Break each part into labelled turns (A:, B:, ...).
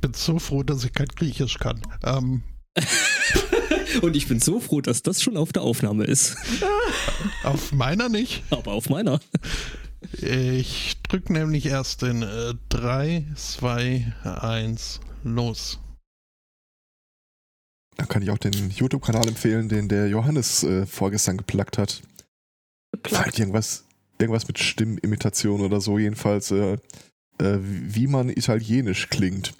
A: bin so froh, dass ich kein Griechisch kann. Ähm,
B: Und ich bin so froh, dass das schon auf der Aufnahme ist.
A: auf meiner nicht.
B: Aber auf meiner.
A: Ich drücke nämlich erst den äh, 3, 2, 1, los.
C: Da kann ich auch den YouTube-Kanal empfehlen, den der Johannes äh, vorgestern geplagt hat. Vielleicht irgendwas, irgendwas mit Stimmimitation oder so, jedenfalls, äh, äh, wie man italienisch klingt.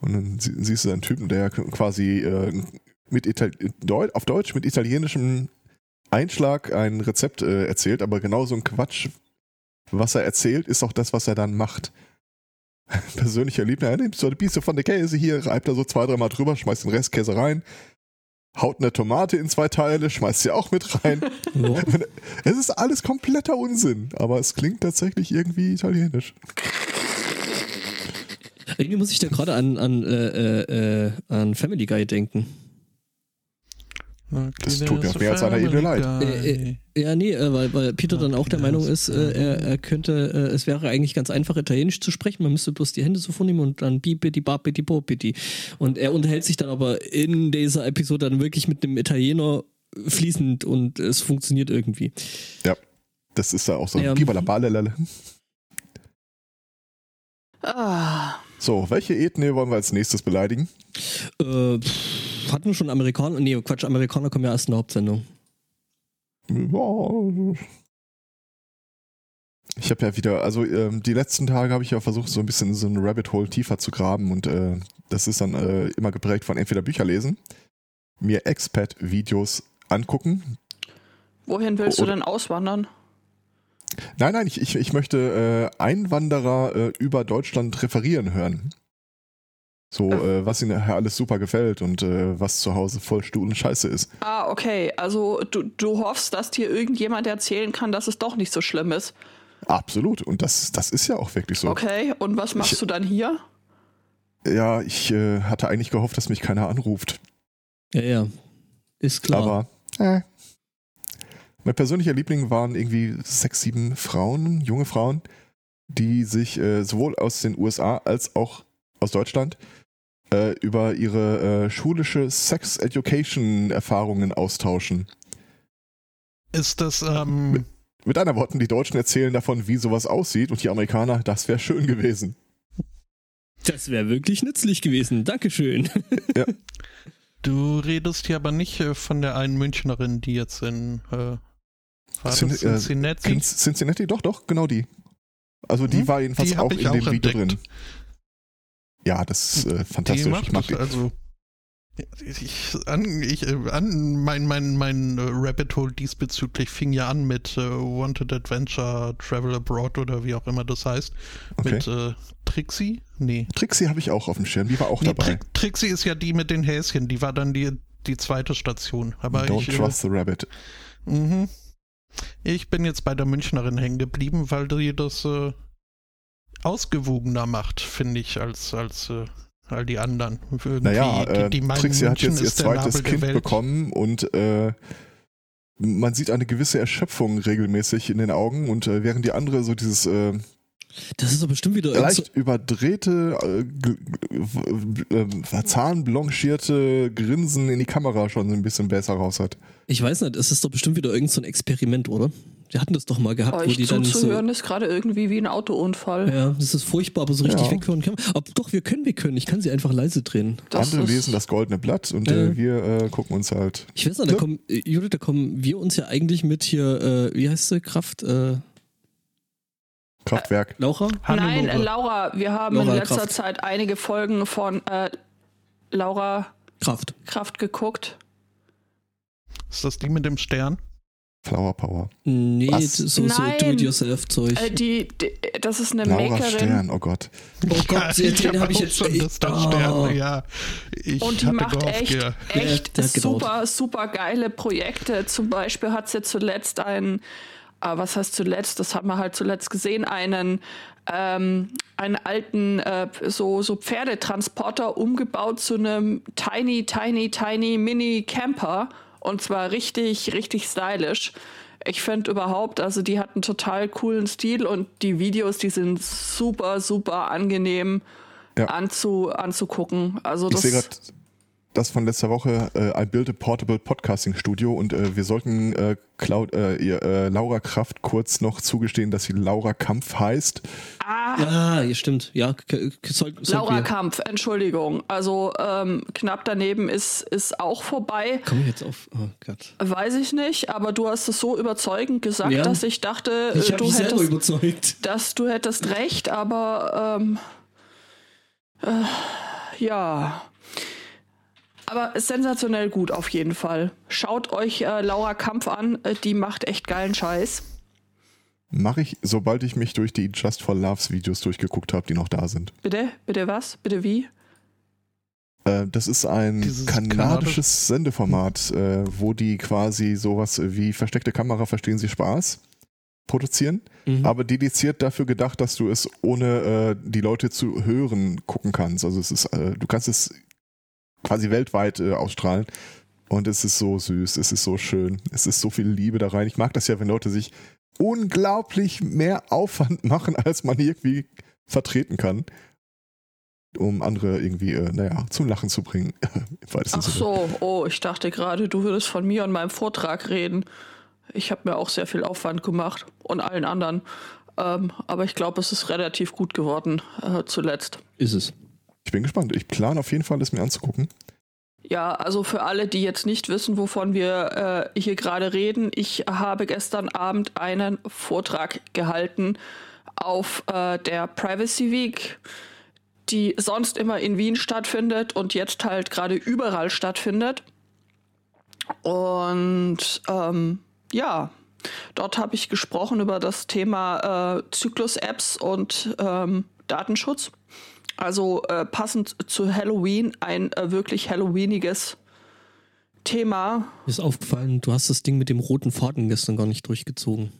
C: Und dann sie- siehst du einen Typen, der quasi äh, mit Ital Deu auf Deutsch mit italienischem Einschlag ein Rezept äh, erzählt, aber genau so ein Quatsch, was er erzählt, ist auch das, was er dann macht. Persönlicher Liebling, er nimmt so eine Bieste von der Käse hier, reibt da so zwei, dreimal drüber, schmeißt den Rest Käse rein, haut eine Tomate in zwei Teile, schmeißt sie auch mit rein.
B: Ja.
C: Es ist alles kompletter Unsinn, aber es klingt tatsächlich irgendwie italienisch.
B: Irgendwie muss ich da gerade an, an, äh, äh, äh, an Family Guy denken.
C: Das tut mir auf mehr als einer Ebene leid.
B: Äh, äh, Ja, nee, äh, weil, weil Peter dann auch der Meinung ist, äh, er, er könnte, äh, es wäre eigentlich ganz einfach, Italienisch zu sprechen. Man müsste bloß die Hände so vornehmen und dann bibidi babidi bobidi. Und er unterhält sich dann aber in dieser Episode dann wirklich mit einem Italiener fließend und es funktioniert irgendwie.
C: Das ist ja auch so
B: Ja.
C: ein Bibalabalalala.
D: Ah,
C: So, welche Ethnie wollen wir als nächstes beleidigen?
B: Äh, pff, hatten wir schon Amerikaner? Nee, Quatsch, Amerikaner kommen ja erst in der Hauptsendung.
C: Ich habe ja wieder, also ähm, die letzten Tage habe ich ja versucht, so ein bisschen in so ein Rabbit Hole tiefer zu graben und äh, das ist dann äh, immer geprägt von entweder Bücher lesen, mir Expat-Videos angucken,
D: wohin willst du
C: Oder-
D: denn auswandern?
C: Nein, nein, ich, ich, ich möchte äh, Einwanderer äh, über Deutschland referieren hören. So, äh, was ihnen alles super gefällt und äh, was zu Hause voll Stuhl und Scheiße ist.
D: Ah, okay. Also du, du hoffst, dass dir irgendjemand erzählen kann, dass es doch nicht so schlimm ist.
C: Absolut. Und das, das ist ja auch wirklich so.
D: Okay, und was machst
C: Ich-
D: du dann hier?
C: Ja, ich äh, hatte eigentlich gehofft, dass mich keiner anruft.
B: Ja, ja. Ist klar.
C: Aber äh. mein persönlicher Liebling waren irgendwie sechs, sieben Frauen, junge Frauen, die sich äh, sowohl aus den USA als auch aus Deutschland äh, über ihre äh, schulische Sex Education Erfahrungen austauschen.
A: Ist das, ähm,
C: Mit anderen Worten, die Deutschen erzählen davon, wie sowas aussieht und die Amerikaner, das wäre schön gewesen.
B: das wäre wirklich nützlich gewesen. Dankeschön.
A: du redest hier aber nicht äh, von der einen Münchnerin, die jetzt in äh, war das
C: Cin- äh,
A: Cincinnati?
C: Cin- Cincinnati, doch, doch, genau die. Also die
A: Mhm.
C: war jedenfalls
A: Die hab
C: auch in
A: ich
C: dem
A: auch
C: Video
A: entdeckt.
C: drin. Ja, das ist äh, fantastisch.
A: die macht
C: Ich mag
A: das,
C: die.
A: also ich, an, ich, äh, an mein, mein, mein äh, Rabbit Hole diesbezüglich fing ja an mit äh, Wanted Adventure, Travel Abroad oder wie auch immer das heißt.
C: Okay.
A: Mit äh, Trixie? Nee.
C: Trixie habe ich auch auf dem Schirm, die war auch
A: nee
C: dabei.
A: Tri Trixie ist ja die mit den Häschen, die war dann die, die zweite Station. Aber
C: Don't
A: ich, äh,
C: trust the rabbit.
A: Mhm. Ich bin jetzt bei der Münchnerin hängen geblieben, weil die das äh, ausgewogener macht, finde ich, als, als äh, all die anderen. Irgendwie,
C: Naja, äh,
A: meinen,
C: Trixie hat
A: München
C: jetzt ihr
A: ist der Nabel
C: zweites
A: der
C: Kind
A: Welt.
C: bekommen und äh, man sieht eine gewisse Erschöpfung regelmäßig in den Augen und äh, während die andere so dieses äh,
B: Das ist doch bestimmt wieder
A: äh,
B: irgend so-
C: leicht überdrehte, äh, gl- gl- w- äh, zahnblanchierte Grinsen in die Kamera schon so ein bisschen besser raus hat.
B: Ich weiß nicht, es ist doch bestimmt wieder irgend so ein Experiment, oder? Wir hatten das doch mal gehabt, wo
D: Euch
B: die dann so.
D: zuzuhören ist gerade irgendwie wie ein Autounfall.
B: Ja, das ist furchtbar, aber so richtig
C: Ja.
B: weghören kann. Ob, doch, wir können, wir können. Ich kann sie einfach leise drehen.
D: Das
C: Andere
D: ist-
C: lesen das goldene Blatt und
B: Ja.
C: äh, wir äh, gucken uns halt.
B: Ich weiß nicht, da
C: Ja.
B: kommen, äh, Judith, da kommen wir uns ja eigentlich mit hier, äh, wie heißt sie, Kraft, äh,
C: Kraftwerk.
B: Laura?
D: Nein, äh,
A: Hannelore.
D: Laura, wir haben
B: Laura
D: in letzter
B: Kraft.
D: Zeit einige Folgen von äh, Laura
B: Kraft.
D: Kraft geguckt.
A: ist das die mit dem Stern?
C: Flower Power.
B: Nee,
C: Was?
B: so, so
D: Nein.
B: Do-it-yourself-Zeug.
D: Äh, die, die, das ist eine
C: Laura
D: Makerin.
C: Stern, oh Gott.
B: oh Gott,
A: Ja,
B: den
A: hab
B: habe ich
A: auch
B: jetzt.
A: schon, dass da
B: Ah.
A: Stern, ja. Ich
D: Und die
A: hatte
D: macht
A: gehofft,
D: echt,
A: ja.
D: echt
B: Ja, der hat gedauert.
D: super, super geile Projekte. Zum Beispiel hat sie zuletzt einen, äh, was heißt zuletzt, das haben wir halt zuletzt gesehen, einen, ähm, einen alten äh, so, so Pferdetransporter umgebaut zu einem tiny, tiny, tiny Mini-Camper. Und zwar richtig, richtig stylisch. Ich finde überhaupt, also die hat einen total coolen Stil und die Videos, die sind super, super angenehm
C: Ja.
D: anzu, anzugucken. Also
C: Ich
D: das,
C: sehe gerade das von letzter Woche, äh, I built a portable podcasting studio und äh, wir sollten äh, Cloud, äh, ihr, äh, Laura Kraft kurz noch zugestehen, dass sie Laura Kampf heißt.
D: ah,
B: Ah, ja, stimmt. Ja, k- k- soll, soll
D: Laura
B: wir.
D: Kampf, Entschuldigung. Also ähm, knapp daneben ist, ist auch vorbei.
B: Komm ich jetzt auf. Oh Gott.
D: Weiß ich nicht, aber du hast es so überzeugend gesagt,
B: Ja.
D: dass ich dachte,
B: Ich
D: äh,
B: habe
D: du
B: mich selber
D: hättest,
B: überzeugt.
D: dass du hättest recht, aber ähm, äh, ja. Aber sensationell gut auf jeden Fall. Schaut euch äh, Laura Kampf an, äh, die macht echt geilen Scheiß.
C: Mache ich, sobald ich mich durch die Just for Loves Videos durchgeguckt habe, die noch da sind.
D: Bitte? Bitte was? Bitte wie?
C: Äh, das ist ein
A: Dieses
C: kanadisches Sendeformat, äh, wo die quasi sowas wie versteckte Kamera, verstehen Sie Spaß, produzieren,
B: Mhm.
C: aber dediziert dafür gedacht, dass du es ohne äh, die Leute zu hören gucken kannst. Also es ist, äh, du kannst es quasi weltweit äh, ausstrahlen. Und es ist so süß, es ist so schön, es ist so viel Liebe da rein. Ich mag das ja, wenn Leute sich unglaublich mehr Aufwand machen, als man irgendwie vertreten kann, um andere irgendwie, äh, naja, zum Lachen zu bringen. Im weitesten
D: Ach so, oh, ich dachte gerade, du würdest von mir und meinem Vortrag reden. Ich habe mir auch sehr viel Aufwand gemacht und allen anderen. Ähm, aber ich glaube, es ist relativ gut geworden äh, zuletzt.
B: Ist es.
C: Ich bin gespannt. Ich plane auf jeden Fall, es mir anzugucken.
D: Ja, also für alle, die jetzt nicht wissen, wovon wir äh, hier gerade reden, ich habe gestern Abend einen Vortrag gehalten auf äh, der Privacy Week, die sonst immer in Wien stattfindet und jetzt halt gerade überall stattfindet. Und ähm, ja, dort habe ich gesprochen über das Thema äh, Zyklus-Apps und ähm, Datenschutz. Also äh, passend zu Halloween ein äh, wirklich Halloweeniges Thema.
B: Mir ist aufgefallen, du hast das Ding mit dem roten Faden gestern gar nicht durchgezogen.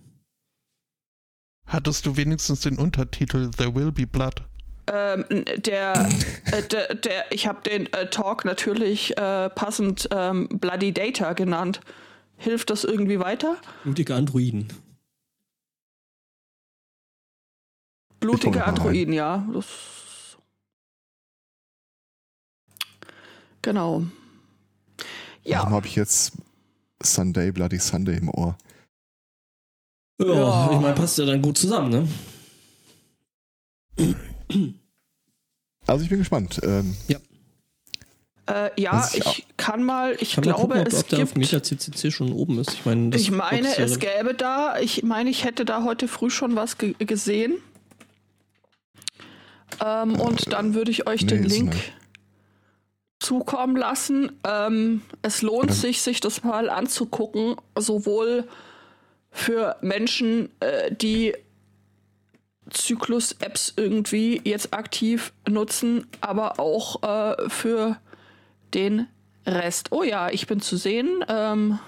A: Hattest du wenigstens den Untertitel There Will Be Blood?
D: Ähm, der, äh, der, der, ich habe den äh, Talk natürlich äh, passend ähm, Bloody Data genannt. Hilft das irgendwie weiter?
B: Blutige Androiden.
C: Ich
D: Blutige
C: komm noch mal rein.
D: Androiden, ja. Das genau.
C: Warum
D: Ja,
C: habe ich jetzt Sunday, Bloody Sunday im Ohr?
B: Ja,
D: Ja.
B: ich meine, passt ja dann gut zusammen, ne?
C: Also ich bin gespannt. Ähm,
D: äh, ja
C: Das ist ja-
D: ich kann mal, ich
B: Kann man
D: glaube,
B: gucken, ob,
D: es
B: ob der auf
D: gibt.
B: Meta CCC schon oben ist. Ich meine, das
D: Ich meine,
B: guckst du ja
D: es
B: dann-
D: gäbe da, ich meine, ich hätte da heute früh schon was ge gesehen. Ähm, und dann würde ich euch
C: nee,
D: den
C: ist
D: Link
C: nicht.
D: zukommen lassen. Ähm, es lohnt
C: Oder-
D: sich, sich das mal anzugucken, sowohl für Menschen, äh, die Zyklus-Apps irgendwie jetzt aktiv nutzen, aber auch äh, für den Rest. Oh ja, ich bin zu sehen. Ähm,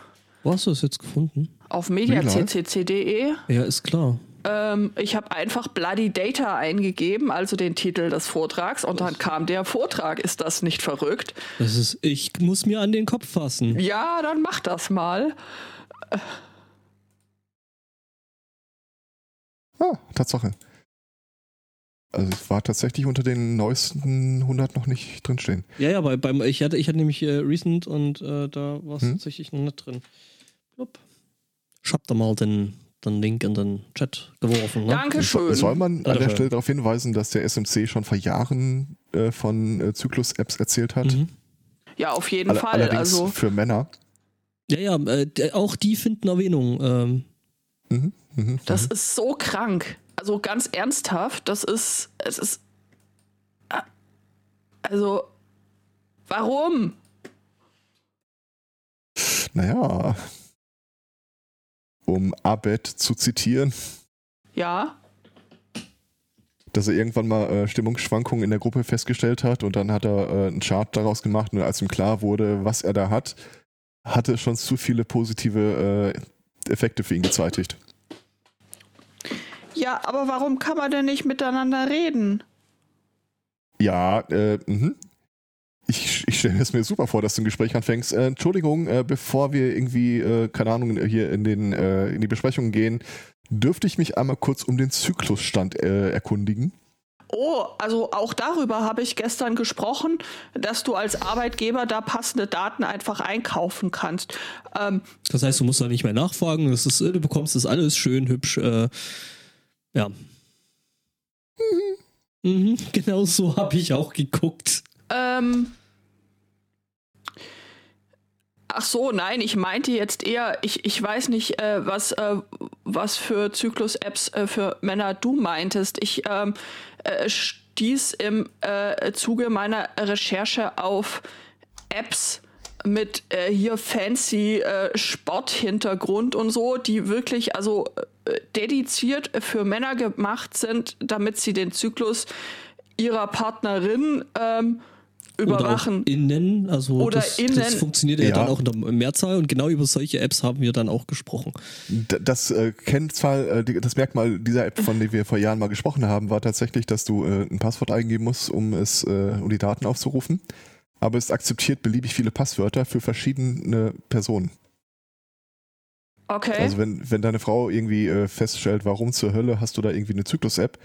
B: Wo hast du das jetzt gefunden?
D: auf
C: Real Life?
D: mediaccc.de.
B: Ja, ist klar.
D: E. Ähm, ich habe einfach Bloody Data eingegeben, also den Titel des Vortrags, und dann kam der Vortrag. Ist das nicht verrückt?
B: Das ist, ich muss mir an den Kopf fassen.
D: Ja, dann mach das mal.
C: ah, Tatsache. Also es war tatsächlich unter den neuesten 100 noch nicht drinstehen.
B: Ja, ja, bei, beim, ich, hatte, ich hatte nämlich äh, Recent und äh, da war es
C: Hm?
B: tatsächlich noch nicht drin. Blub. Ich hab da mal den, den Link in den Chat geworfen. Ne?
D: Dankeschön.
C: Soll man an
B: Dankeschön.
C: der Stelle darauf hinweisen, dass der SMC schon vor Jahren äh, von äh, Zyklus-Apps erzählt hat?
B: Mhm.
D: Ja, auf jeden
C: Alle-
D: Fall.
C: allerdings
D: Also,
C: für Männer.
B: Ja, ja, äh, d- auch die finden Erwähnung. Ähm,
C: Mhm, mhm.
D: das ist so krank. Also ganz ernsthaft, das ist. Es ist. Ah, Also. Warum?
C: Naja. Um Abed zu zitieren,
D: Ja,
C: dass er irgendwann mal äh, Stimmungsschwankungen in der Gruppe festgestellt hat und dann hat er äh, einen Chart daraus gemacht und als ihm klar wurde, was er da hat, hatte es schon zu viele positive äh, Effekte für ihn gezeitigt.
D: ja, aber warum kann man denn nicht miteinander reden?
C: Ja, äh, mhm. Ich, ich stelle es mir super vor, dass du ein Gespräch anfängst. Äh, Entschuldigung, äh, bevor wir irgendwie, äh, keine Ahnung, hier in, den, äh, in die Besprechung gehen, dürfte ich mich einmal kurz um den Zyklusstand äh, erkundigen?
D: oh, also auch darüber habe ich gestern gesprochen, dass du als Arbeitgeber da passende Daten einfach einkaufen kannst. Ähm,
B: Das heißt, du musst da nicht mehr nachfragen. Das ist, äh, du bekommst das alles schön, hübsch. Äh, ja. Mhm, genau so habe ich auch geguckt.
D: Ähm. Ach so, nein, ich meinte jetzt eher, ich, ich weiß nicht, äh, was, äh, was für Zyklus-Apps äh, für Männer du meintest. Ich ähm, äh, stieß im äh, Zuge meiner Recherche auf Apps mit äh, hier fancy äh, Sporthintergrund und so, die wirklich also äh, dediziert für Männer gemacht sind, damit sie den Zyklus ihrer Partnerin ähm, überwachen.
B: Oder auch innen. Also
D: Oder
B: das, das
D: innen.
B: funktioniert ja,
C: Ja.
B: dann auch in der Mehrzahl. Und genau über solche Apps haben wir dann auch gesprochen.
C: D- Das äh, Kennzahl, äh, die- das Merkmal dieser App, von der wir vor Jahren mal gesprochen haben, war tatsächlich, dass du äh, ein Passwort eingeben musst, um es, äh, um die Daten aufzurufen. Aber es akzeptiert beliebig viele Passwörter für verschiedene Personen.
D: Okay.
C: Also wenn, wenn deine Frau irgendwie äh, feststellt, warum zur Hölle hast du da irgendwie eine Zyklus-App,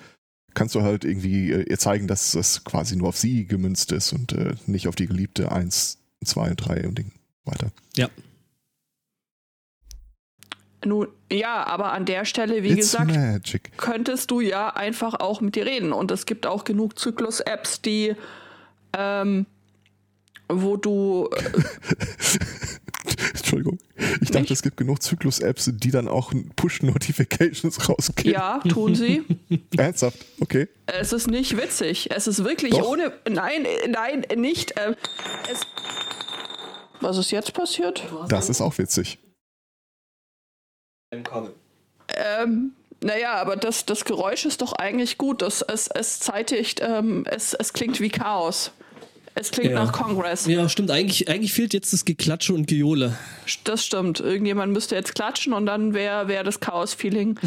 C: kannst du halt irgendwie äh, ihr zeigen, dass das quasi nur auf sie gemünzt ist und äh, nicht auf die Geliebte 1, 2, 3 und Ding weiter.
D: Nun, ja, aber an der Stelle, wie
C: It's
D: gesagt,
C: magic.
D: könntest du ja einfach auch mit dir reden. Und es gibt auch genug Zyklus-Apps, die, ähm, wo du, äh,
C: Entschuldigung. Ich dachte,
D: Nicht?
C: es gibt genug Zyklus-Apps, die dann auch Push-Notifications rausgeben.
D: ja, tun sie.
C: Ernsthaft, okay.
D: es ist nicht witzig. Es ist wirklich
C: Doch.
D: ohne, nein, äh, nein, nicht. ähm, es, was ist jetzt passiert?
C: Das ist auch witzig.
D: Ähm, naja, aber das, das Geräusch ist doch eigentlich gut. Das, es, es zeitigt, ähm, es, es klingt wie Chaos. Es klingt
B: Ja.
D: nach Kongress.
B: Ja, stimmt. Eigentlich, eigentlich fehlt jetzt das Geklatsche und Gejohle.
D: Das stimmt. Irgendjemand müsste jetzt klatschen und dann wäre wär das Chaos-Feeling.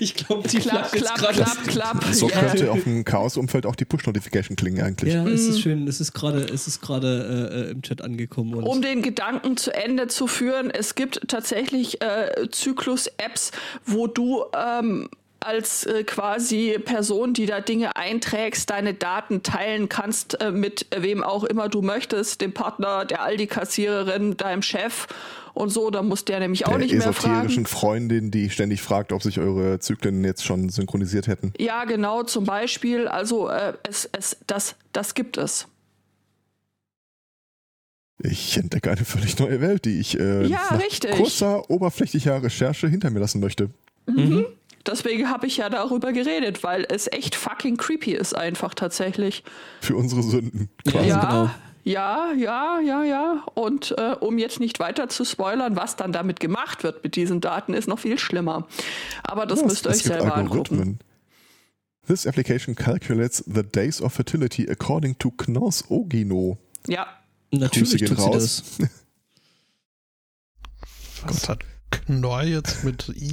B: Ich glaube, die
D: Klapp,
B: Flagge ist
D: klapp,
B: gerade-
D: klapp, klapp.
C: So
D: Ja.
C: könnte auf dem Chaos-Umfeld auch die Push-Notification klingen eigentlich.
B: Ja, es
D: Mhm.
B: ist schön. Es ist gerade es ist gerade äh, äh, im Chat angekommen. Und
D: Um den Gedanken zu Ende zu führen, es gibt tatsächlich äh, Zyklus-Apps, wo du ähm, als äh, quasi Person, die da Dinge einträgst, deine Daten teilen kannst äh, mit wem auch immer du möchtest, dem Partner, der Aldi-Kassiererin, deinem Chef und so. Da muss der nämlich auch
C: Der
D: nicht mehr fragen.
C: esoterischen Freundin, die ständig fragt, ob sich eure Zyklen jetzt schon synchronisiert hätten.
D: Ja, genau, zum Beispiel. Also äh, es, es, das, das gibt es.
C: Ich entdecke eine völlig neue Welt, die ich äh,
D: Ja,
C: nach
D: richtig.
C: kurzer, oberflächlicher Recherche hinter mir lassen möchte.
D: Mhm.
C: Mhm.
D: Deswegen habe ich ja darüber geredet, weil es echt fucking creepy ist einfach tatsächlich.
C: Für unsere Sünden. Quasi.
D: ja,
B: genau.
D: ja, ja, ja, ja. Und äh, um jetzt nicht weiter zu spoilern, was dann damit gemacht wird mit diesen Daten, ist noch viel schlimmer. Aber das
C: Ja,
D: müsst ihr
C: es
D: euch
C: gibt
D: selber angucken.
C: This application calculates the days of fertility according to Knos Ogino.
D: Ja,
B: natürlich
C: Grüße gehen
B: tut sie das.
C: raus.
A: Was hat Knorr jetzt mit I?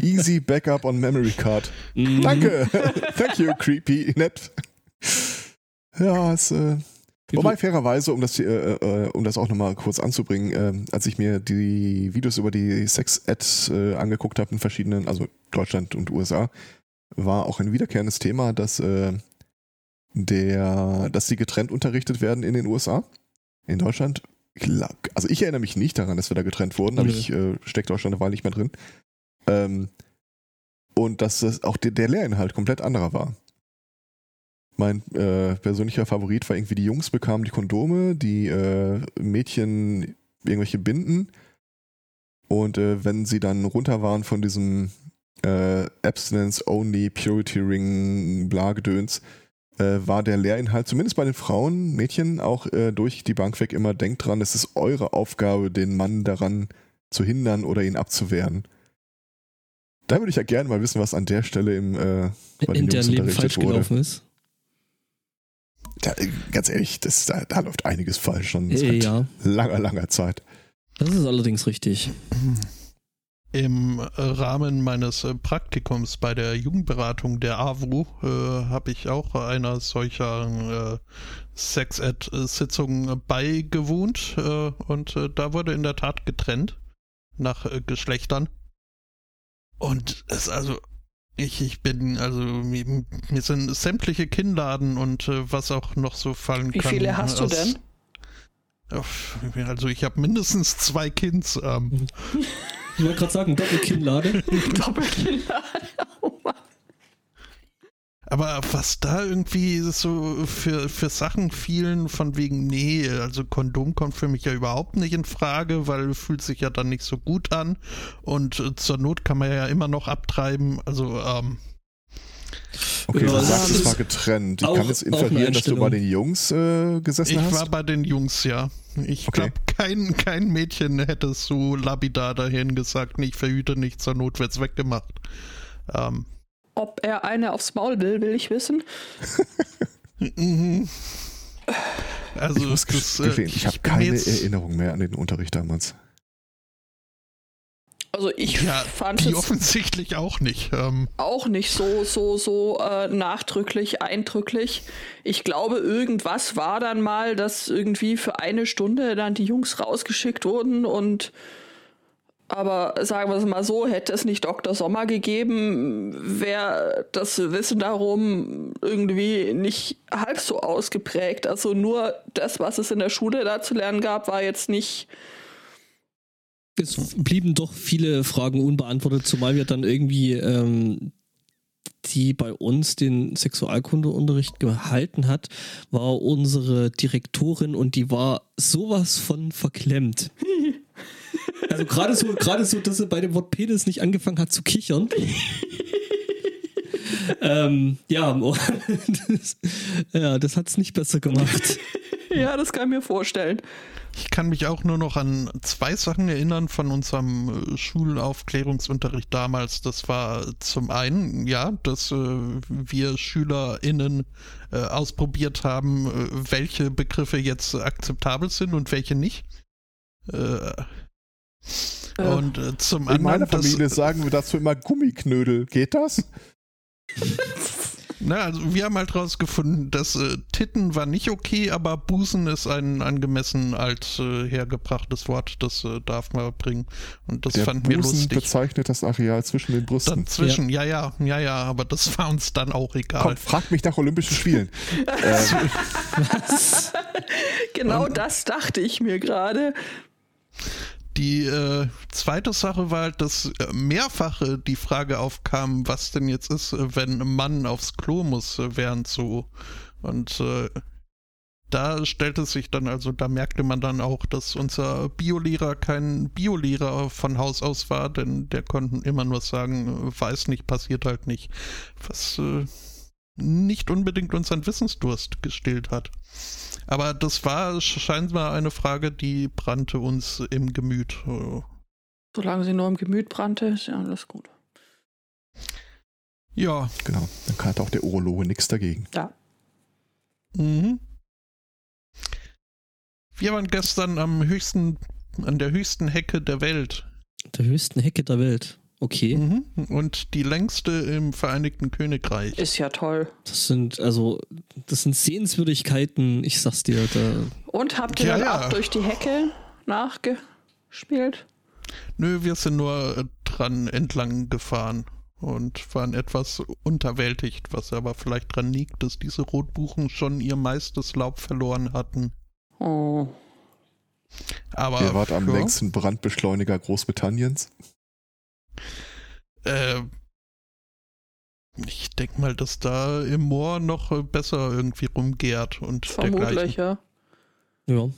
C: Easy Backup on Memory Card.
B: Mhm.
C: Danke. Thank you, creepy, nett. Ja, es, äh, wobei fairerweise, um das, äh, äh, um das auch nochmal kurz anzubringen, ähm, als ich mir die Videos über die Sex-Ad äh, angeguckt habe in verschiedenen, also Deutschland und USA, war auch ein wiederkehrendes Thema, dass, äh, der, dass die getrennt unterrichtet werden in den USA. In Deutschland, glaub, also ich erinnere mich nicht daran, dass wir da getrennt wurden, aber
B: Nö.
C: ich äh, stecke Deutschland eine Weile nicht mehr drin. Ähm, und dass das auch der, der Lehrinhalt komplett anderer war. Mein äh, persönlicher Favorit war irgendwie, die Jungs bekamen die Kondome, die äh, Mädchen irgendwelche Binden. Und äh, wenn sie dann runter waren von diesem äh, Abstinence-Only Purity Ring Blagedöns, äh, war der Lehrinhalt, zumindest bei den Frauen, Mädchen, auch äh, durch die Bank weg immer, denkt dran, es ist eure Aufgabe, den Mann daran zu hindern oder ihn abzuwehren. Da würde ich ja gerne mal wissen, was an der Stelle im äh, weil die
B: In
C: Jungs
B: deren Leben
C: unterrichtet
B: falsch
C: wurde.
B: gelaufen ist.
C: da, äh, ganz ehrlich, das, da, da läuft einiges falsch schon
B: Äh,
C: seit
B: ja,
C: langer, langer Zeit.
B: das ist allerdings richtig.
A: Im Rahmen meines äh, Praktikums bei der Jugendberatung der AWU äh, habe ich auch einer solcher äh, Sex-Ed-Sitzung beigewohnt äh, und äh, da wurde in der Tat getrennt nach äh, Geschlechtern. Und es also Ich, ich bin, also mir, mir sind sämtliche Kinnladen und äh, was auch noch so fallen
D: Wie
A: kann.
D: viele hast du
A: aus-
D: denn?
A: Uff, Also ich habe mindestens zwei Kinds. Ähm,
B: Ich wollte gerade sagen, Doppelkinnlade.
D: Doppelkinder. Oh Mann.
A: aber was da irgendwie so für, für Sachen fielen, von wegen, nee, also Kondom kommt für mich ja überhaupt nicht in Frage, weil fühlt sich ja dann nicht so gut an. Und äh, zur Not kann man ja immer noch abtreiben. Also, ähm,
C: Okay,
B: Ja,
C: du
B: das
C: sagst, es
B: ist
C: war getrennt. Ich
B: auch-
C: kann jetzt
B: auch eine
C: inferieren, dass du bei
B: Einstellung.
C: den Jungs äh, gesessen
A: ich war
C: hast.
A: bei den Jungs, ja. Ich
C: Okay.
A: glaube, kein, kein Mädchen hätte so labidar dahin gesagt, nee, ich verhüte nicht, zur Not wird's weggemacht. Ähm,
D: Ob er eine aufs Maul will, will ich wissen.
A: Mhm. Also
C: ich muss
A: das,
C: ges-
A: äh,
C: gestehen, ich habe
A: bin
C: keine
A: jetzt-
C: Erinnerung mehr an den Unterricht damals.
D: Also ich
A: Ja,
D: fand
A: Die
D: es
A: offensichtlich auch nicht. Ähm,
D: auch nicht so, so, so äh, nachdrücklich, eindrücklich. Ich glaube, irgendwas war dann mal, dass irgendwie für eine Stunde dann die Jungs rausgeschickt wurden und aber sagen wir es mal so, hätte es nicht Dr. Sommer gegeben, wäre das Wissen darum irgendwie nicht halb so ausgeprägt. Also nur das, was es in der Schule da zu lernen gab, war jetzt nicht
B: Es blieben doch viele Fragen unbeantwortet, zumal wir dann irgendwie ähm, die bei uns den Sexualkundeunterricht gehalten hat, war unsere Direktorin und die war sowas von verklemmt. Also gerade so, gerade so, dass sie bei dem Wort Penis nicht angefangen hat zu kichern. ähm, ja, das, ja, das hat's nicht besser gemacht.
D: Ja, das kann ich mir vorstellen.
A: ich kann mich auch nur noch an zwei Sachen erinnern von unserem äh, Schulaufklärungsunterricht damals. Das war zum einen, ja, dass äh, wir SchülerInnen äh, ausprobiert haben, äh, welche Begriffe jetzt akzeptabel sind und welche nicht. Äh, und äh, zum
C: In meiner
A: anderen,
C: Familie sagen wir dazu immer Gummiknödel. Geht das?
A: Na, also wir haben halt rausgefunden, dass äh, Titten war nicht okay, aber Busen ist ein angemessen alt äh, hergebrachtes Wort, das äh, darf man bringen. Und das
C: Der
A: fanden wir
C: Busen
A: lustig.
C: bezeichnet das Areal zwischen den Brüsten.
A: Dazwischen, ja. ja, ja, ja, aber das war uns dann auch egal.
C: Komm, frag mich nach Olympischen Spielen. Ähm,
D: Genau das dachte ich mir gerade.
A: Die äh, zweite Sache war halt, dass äh, mehrfach äh, die Frage aufkam, was denn jetzt ist, äh, wenn ein Mann aufs Klo muss, äh, während so. Und äh, da stellte sich dann also, da merkte man dann auch, dass unser Biolehrer kein Biolehrer von Haus aus war, denn der konnten immer nur sagen, äh, weiß nicht, passiert halt nicht. Was äh, nicht unbedingt unseren Wissensdurst gestillt hat. Aber das war scheinbar eine Frage, die brannte uns im Gemüt.
D: Solange sie nur im Gemüt brannte, ist ja alles gut.
A: Ja.
C: Genau, dann hat auch der Urologe nichts dagegen.
A: Mhm. Wir waren gestern am höchsten, an der höchsten Hecke der Welt.
B: Der höchsten Hecke der Welt. Okay.
A: Mhm. Und die längste im Vereinigten Königreich.
D: Ist ja toll.
B: Das sind also, das sind Sehenswürdigkeiten, ich sag's dir, da
D: Und habt ihr
A: Ja,
D: dann
A: ja.
D: ab durch die Hecke nachgespielt?
A: Nö, wir sind nur äh, dran entlang gefahren und waren etwas unterwältigt, was aber vielleicht dran liegt, dass diese Rotbuchen schon ihr meistes Laub verloren hatten.
D: Oh.
A: Aber
C: Ihr wart am
A: Ah, ja.
C: längsten Brandbeschleuniger Großbritanniens.
A: Äh, ich denke mal, dass da im Moor noch äh, besser irgendwie rumgärt und
D: Vermutlich,
A: dergleichen.
D: ja.
B: Ja.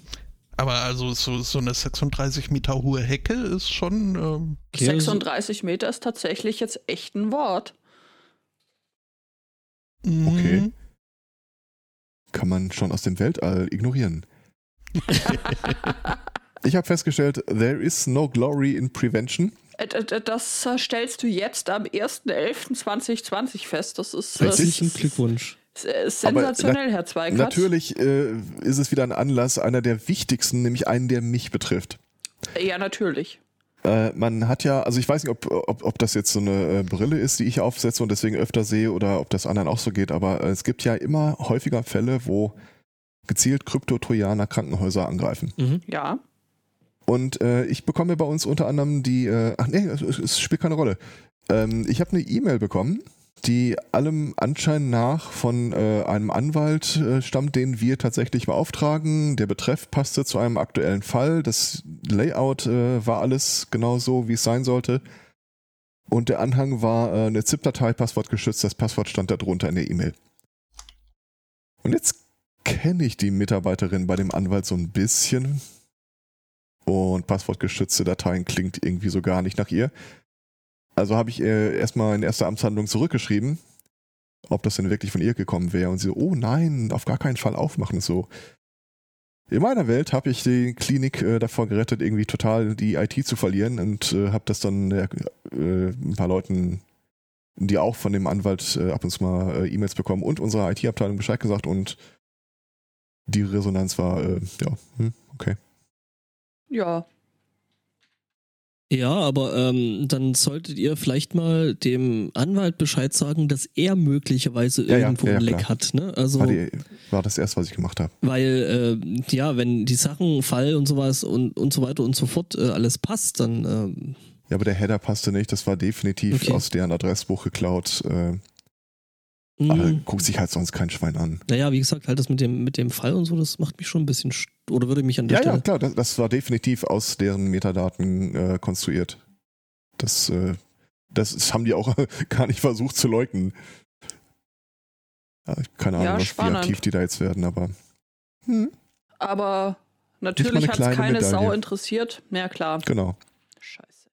A: Aber also so, so eine 36 Meter hohe Hecke ist schon. Ähm,
B: Okay, also
D: 36 Meter ist tatsächlich jetzt echt ein Wort.
A: mhm.
C: Okay. Kann man schon aus dem Weltall ignorieren. Ich habe festgestellt, there is no glory in prevention.
D: Äh, d- d- Das äh, stellst du jetzt am 1.11.2020 fest. Das ist
C: Richtig.
D: äh,
B: Herzlichen Glückwunsch.
D: s- äh,
C: Aber
D: sensationell, Herr Zweikatz.
C: Natürlich äh, ist es wieder ein Anlass, einer der wichtigsten, nämlich einen, der mich betrifft.
D: Ja, natürlich.
C: Äh, man hat ja, also ich weiß nicht, ob, ob, ob das jetzt so eine äh, Brille ist, die ich aufsetze und deswegen öfter sehe oder ob das anderen auch so geht, aber äh, es gibt ja immer häufiger Fälle, wo gezielt Kryptotrojaner Krankenhäuser angreifen.
D: Ja.
C: Und äh, ich bekomme bei uns unter anderem die, äh, ach nee, es, es spielt keine Rolle. Ähm, ich habe eine E-Mail bekommen, die allem Anschein nach von äh, einem Anwalt äh, stammt, den wir tatsächlich beauftragen. Der Betreff passte zu einem aktuellen Fall. Das Layout äh, war alles genau so, wie es sein sollte. Und der Anhang war äh, eine ZIP-Datei, passwortgeschützt. Das Passwort stand da drunter in der E-Mail. Und jetzt kenne ich die Mitarbeiterin bei dem Anwalt so ein bisschen. Und passwortgeschützte Dateien klingt irgendwie so gar nicht nach ihr. Also habe ich äh, erstmal in erster Amtshandlung zurückgeschrieben, ob das denn wirklich von ihr gekommen wäre. Und sie so, oh nein, auf gar keinen Fall aufmachen. So. In meiner Welt habe ich die Klinik äh, davor gerettet, irgendwie total die IT zu verlieren und äh, habe das dann äh, äh, ein paar Leuten, die auch von dem Anwalt äh, ab und zu mal äh, E-Mails bekommen und unserer IT-Abteilung Bescheid gesagt und die Resonanz war, äh, ja, hm, okay.
D: Ja.
B: Ja, aber ähm, dann solltet ihr vielleicht mal dem Anwalt Bescheid sagen, dass er möglicherweise
C: Ja, ja,
B: irgendwo
C: ja, ja,
B: ein Leck
C: klar.
B: hat. Ne? Also,
C: War, die, war das erste, was ich gemacht habe.
B: weil, äh, ja, wenn die Sachen, Fall und sowas und, und so weiter und so fort äh, alles passt, dann ähm,
C: Ja, aber der Header passte nicht. Das war definitiv
B: Okay.
C: aus deren Adressbuch geklaut. Äh, Aber
D: Mhm.
B: mh,
C: guckt sich halt sonst kein Schwein an.
B: naja, hm. wie gesagt, halt das mit dem, mit dem Fall und so, das macht mich schon ein bisschen st- oder würde mich an der
C: Ja, ja,
B: Stelle.
C: klar. Das, das war definitiv aus deren Metadaten äh, konstruiert. Das, äh, das, ist- haben die auch gar nicht versucht zu leugnen. Ja, Keine
D: Ja,
C: Ahnung, was, wie
D: spannend.
C: aktiv die da jetzt werden, aber. Hm,
D: Aber
C: mal eine
D: natürlich hat es
C: kleine
D: keine
C: Medaille.
D: Sau interessiert. Ja, klar.
C: genau.
D: Scheiße.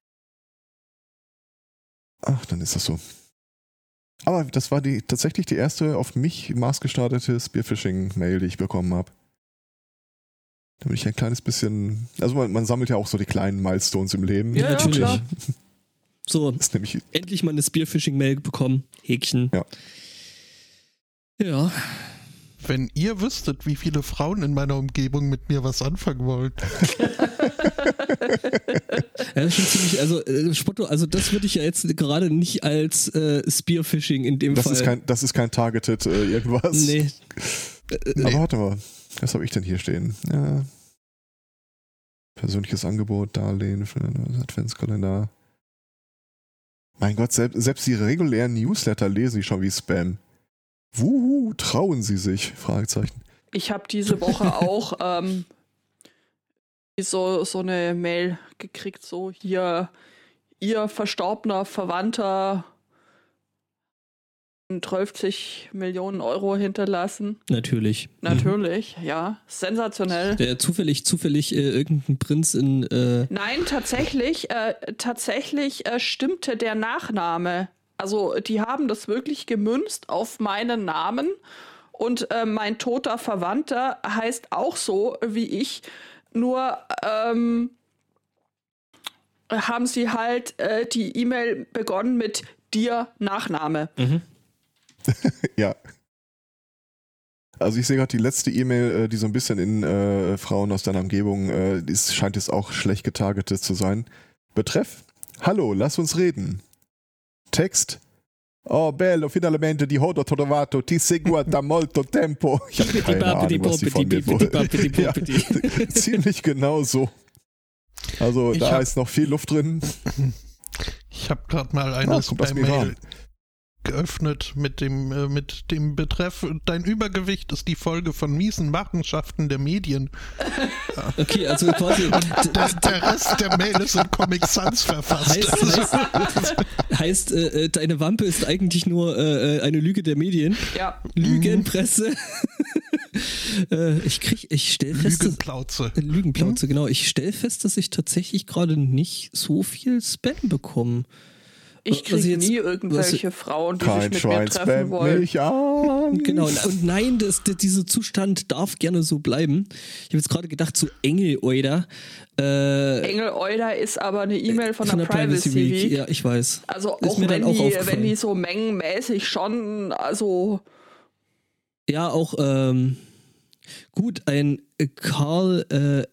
C: Ach, dann ist das so. Aber das war die, tatsächlich die erste auf mich maßgestartete Spearfishing-Mail, die ich bekommen habe. Da bin ich ein kleines bisschen. Also, man, man sammelt ja auch so die kleinen Milestones im Leben.
D: Ja, ja,
B: Natürlich.
D: klar.
B: So,
C: Das ist nämlich
B: endlich mal eine Spearfishing-Mail bekommen. Häkchen.
C: Ja.
B: Ja.
A: Wenn ihr wüsstet, wie viele Frauen in meiner Umgebung mit mir was anfangen wollen.
B: Ja, das ist schon ziemlich, also äh, Spotto, also das würde ich ja jetzt gerade nicht als äh, Spearfishing in dem
C: Das
B: Fall.
C: ist, kein, das ist kein Targeted äh, irgendwas.
B: nee. Äh,
C: Aber
B: äh,
C: warte mal, was habe ich denn hier stehen? Ja. Persönliches Angebot, Darlehen, für einen Adventskalender. Mein Gott, selbst, selbst die regulären Newsletter lesen die schon wie Spam. Wuhu, trauen sie sich? Fragezeichen.
D: Ich habe diese Woche auch ähm, so, so eine Mail gekriegt, so hier, ihr verstorbener Verwandter 12 Millionen Euro hinterlassen.
B: natürlich.
D: Natürlich, ja, sensationell.
B: Der zufällig, zufällig äh, irgendein Prinz in äh,
D: Nein, tatsächlich, äh, tatsächlich äh, stimmte der Nachname. Also die haben das wirklich gemünzt auf meinen Namen und äh, mein toter Verwandter heißt auch so wie ich, nur ähm, haben sie halt äh, die E-Mail begonnen mit dir Nachname.
C: Ja. Also ich sehe gerade die letzte E-Mail, äh, die so ein bisschen in äh, Frauen aus deiner Umgebung äh, ist, scheint jetzt auch schlecht getargetet zu sein. Betreff? Hallo, lass uns reden. Text? Oh, bello, finalmente di ho trovato, ti seguo da molto tempo. Ich habe keine Ahnung, was die von mir wollen. Ja, ziemlich genau so. Also
A: Ich
C: da
A: hab-
C: ist noch viel Luft drin.
A: Ich habe gerade mal
C: Ah,
A: eines
C: kommt aus
A: bei
C: dem Iran.
A: Mail geöffnet mit dem, äh, mit dem Betreff Dein Übergewicht ist die Folge von miesen Machenschaften der Medien.
B: Okay, also quasi
A: Der, der Rest der Mail ist in Comic Sans verfasst.
B: heißt, heißt, heißt äh, äh, deine Wampe ist eigentlich nur äh, äh, eine Lüge der Medien.
D: Ja,
B: Lügenpresse. äh, ich krieg, ich stell fest, dass-
A: Lügenplauze.
B: Lügenplauze, genau. Ich stelle fest, dass ich tatsächlich gerade nicht so viel Spam bekomme.
D: ich
B: Was
D: kriege
B: ich jetzt-
D: nie irgendwelche Frauen, die sich
C: Kein
D: mit mir
C: Schwein
D: treffen
C: spamt
D: wollen.
C: mich an.
B: Genau. Und, und nein, das, das, dieser Zustand darf gerne so bleiben. Ich habe jetzt gerade gedacht, so Engel, oder? Äh,
D: Engel Euler ist aber eine E-Mail von, der Privacy, Week.
B: Ja, ich weiß.
D: Also
B: Ist
D: auch,
B: mir dann
D: wenn,
B: auch
D: die,
B: aufgefallen.
D: wenn die so mengenmäßig schon, also
B: Ja, auch ähm, gut, ein äh, Karl äh,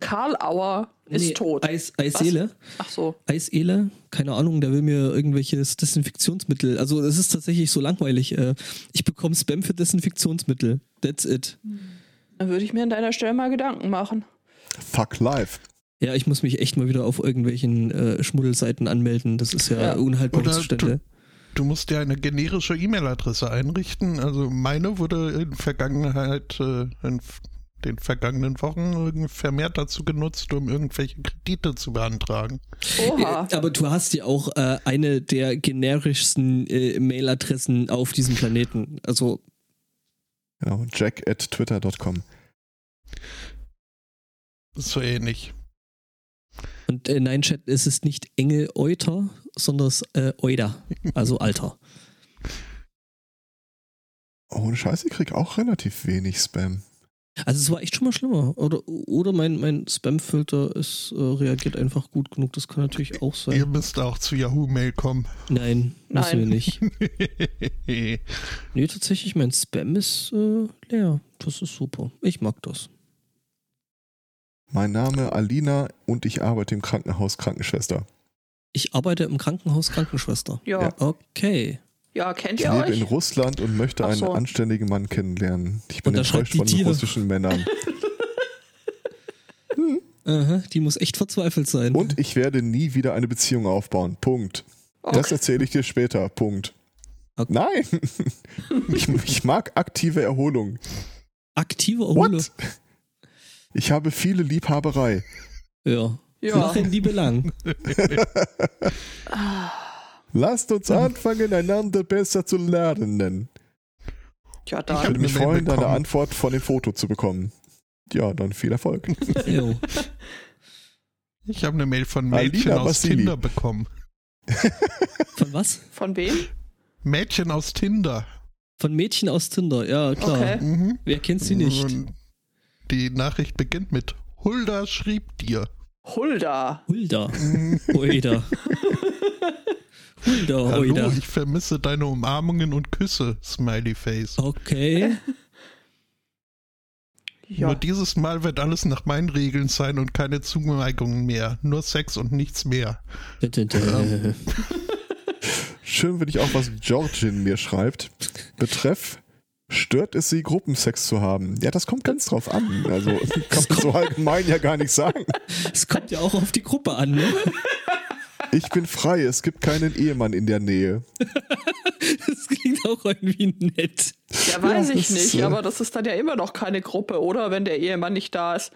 D: Karl Auer ist
B: nee,
D: tot.
B: Eis, Eisele.
D: Ach so.
B: Eisele, keine Ahnung, der will mir irgendwelches Desinfektionsmittel. Also es ist tatsächlich so langweilig. Äh, ich bekomme Spam für Desinfektionsmittel. That's it.
D: Dann würde ich mir an deiner Stelle mal Gedanken machen.
C: Fuck life.
B: Ja, ich muss mich echt mal wieder auf irgendwelchen äh, Schmuddelseiten anmelden. Das ist ja,
D: Ja.
B: unhaltbare
A: Oder
B: Zustände.
A: Du musst dir eine generische E-Mail-Adresse einrichten. Also meine wurde in Vergangenheit, äh, in f- den vergangenen Wochen vermehrt dazu genutzt, um irgendwelche Kredite zu beantragen.
D: Oha.
B: Äh, Aber du hast ja auch äh, eine der generischsten äh, Mailadressen auf diesem Planeten. Also
C: Genau, jack at twitter.com.
A: So ähnlich.
B: Und äh, nein, Chat, es ist nicht Engel Euter, sondern es äh, Euder, also Alter.
C: Ohne Scheiß, ich krieg auch relativ wenig Spam.
B: Also es war echt schon mal schlimmer. Oder, oder mein, mein Spam-Filter ist, äh, reagiert einfach gut genug. Das kann natürlich auch sein.
A: Ihr müsst auch zu Yahoo Mail kommen.
B: Nein, müssen
D: Nein.
B: wir nicht. Nee, tatsächlich, mein Spam ist äh, leer. Das ist super. Ich mag das.
C: Mein Name Alina und ich arbeite im Krankenhaus Krankenschwester.
B: Ich arbeite im Krankenhaus Krankenschwester.
D: Ja.
B: Okay.
D: ja, kennt
C: Ich
D: ihr
C: lebe
D: euch?
C: in Russland und möchte
D: Ach
C: einen
D: so.
C: anständigen Mann kennenlernen. Ich bin
B: Und da
C: enttäuscht
B: schreibt die
C: von
B: Tiere.
C: russischen Männern.
B: Aha, die muss echt verzweifelt sein.
C: Und ich werde nie wieder eine Beziehung aufbauen. Punkt. Das
D: Okay.
C: erzähle ich dir später. Punkt.
B: Okay.
C: Nein! ich, ich mag aktive Erholung.
B: Aktive Erholung.
C: What? Ich habe viele Liebhaberei.
B: Ja.
D: Ja.
B: Machen Liebe lang.
D: Ah,
C: Lasst uns anfangen, einander besser zu lernen.
D: Ja,
C: Ich
D: dann.
C: würde mich
A: Eine Mail
C: freuen, deine
A: bekommen.
C: Antwort von dem Foto zu bekommen. Ja, dann viel Erfolg.
B: Jo.
A: ich habe eine Mail von Mädchen
C: Alina
A: aus
C: Vassili.
A: Tinder bekommen.
B: Von was?
D: Von wem?
A: Mädchen aus Tinder.
B: Von Mädchen aus Tinder, ja klar.
D: Okay.
A: Mhm.
B: Wer kennt sie nicht?
A: Und Die Nachricht beginnt mit Hulda schrieb dir.
D: Hulda.
B: Hulda. Oida. Hulda,
A: Hallo,
B: Oida.
A: ich vermisse deine Umarmungen und Küsse, Smiley Face.
B: Okay.
D: Ja.
A: Nur dieses Mal wird alles nach meinen Regeln sein und keine Zuneigungen mehr. Nur Sex und nichts mehr.
B: Dun, dun, dun.
C: Schön, wenn ich auch was Georgin mir schreibt. Betreff, stört es sie, Gruppensex zu haben? Ja, das kommt ganz drauf an. Also kann man so allgemein ja gar nicht sagen.
B: Es kommt ja auch auf die Gruppe an, ne?
C: Ich bin frei, es gibt keinen Ehemann in der Nähe.
B: Das klingt auch irgendwie nett.
D: Ja, weiß
C: Ja,
D: ich
C: das ist, äh,
D: nicht, aber das ist dann ja immer noch keine Gruppe, oder? Wenn der Ehemann nicht da ist.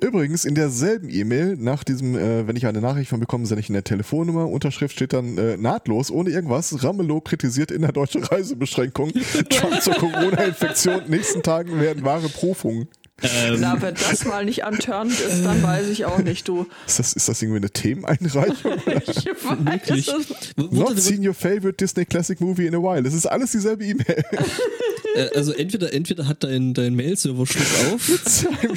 C: Übrigens, in derselben E-Mail, nach diesem, äh, wenn ich eine Nachricht von bekomme, sende ich eine Telefonnummer, Unterschrift steht dann äh, nahtlos, ohne irgendwas. Ramelow kritisiert innerdeutsche Reisebeschränkungen. Trump zur Corona-Infektion. Nächsten Tagen werden wahre Prüfungen.
D: Na, wenn das mal nicht antörnend ist, dann weiß ich auch nicht, du.
C: Ist das, ist das irgendwie eine Themeneinreichung?
D: Ich weiß
B: Wirklich.
D: es.
B: W-
C: Not
B: Wurde,
C: seen your favorite Disney Classic Movie in a while. Es ist alles dieselbe E-Mail.
B: äh, also entweder, entweder hat dein, dein Mail-Server Schluck auf.
C: Im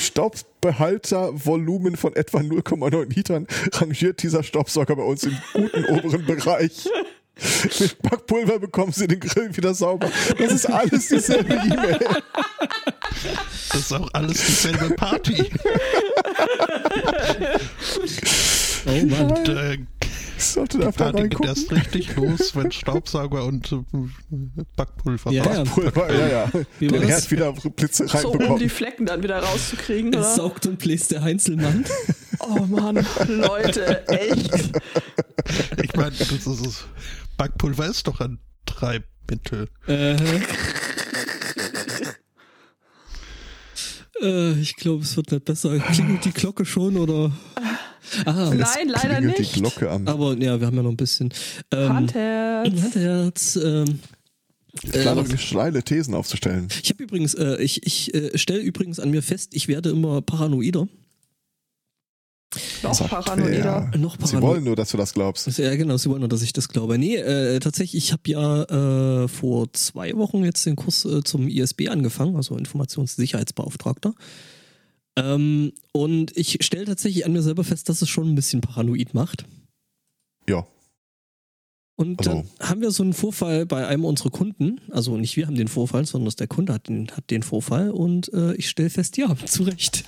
C: Staubbehältervolumen von etwa 0,9 Litern rangiert dieser Staubsauger bei uns im guten oberen Bereich. Mit Backpulver bekommen sie den Grill wieder sauber. Das ist alles dieselbe E-Mail.
A: Das ist auch alles dieselbe Party.
B: Oh Mann.
A: Und, äh,
C: Ich sollte
A: die
C: da einfach
A: Party geht
C: reingucken.
A: erst richtig los, wenn Staubsauger und äh, Backpulver
B: Ja, ja.
C: Pulver, ja, ja.
B: Wie war
C: Den
B: das?
C: Herd wieder Blitze
D: So, um die
C: reinbekommen.
D: Flecken dann wieder rauszukriegen,
B: Es
D: oder?
B: saugt und bläst der Heinzelmann.
D: Oh Mann, Leute, echt.
A: Ich meine, das ist es. Backpulver ist doch ein Treibmittel.
B: Äh. Äh, ich glaube, es wird nicht besser. Klingelt die Glocke schon oder? Ah,
D: Nein, leider
C: Klingelt die
D: nicht.
C: Glocke
A: Äh,
C: am.
B: aber ja, wir haben ja noch ein bisschen. Ähm,
D: Handherz.
B: Handherz, ähm,
C: Ich plane übrigens steile Thesen aufzustellen.
B: ich habe übrigens, äh, ich, ich äh, stelle übrigens an mir fest, ich werde immer paranoider.
D: Noch
C: Sagt
D: paranoider.
C: wer.
B: Noch
C: Sie
B: paranoid-
C: wollen nur, dass du das glaubst.
B: Ja, genau, sie wollen nur, dass ich das glaube. Nee, äh, tatsächlich, ich habe ja äh, vor zwei Wochen jetzt den Kurs äh, zum ISB angefangen, also Informationssicherheitsbeauftragter. Ähm, und ich stelle tatsächlich an mir selber fest, dass es schon ein bisschen paranoid macht.
C: Ja.
B: Und
C: Also-
B: dann haben wir so einen Vorfall bei einem unserer Kunden. Also nicht wir haben den Vorfall, sondern dass der Kunde hat den, hat den Vorfall. Und äh, ich stelle fest, ja, zu Recht.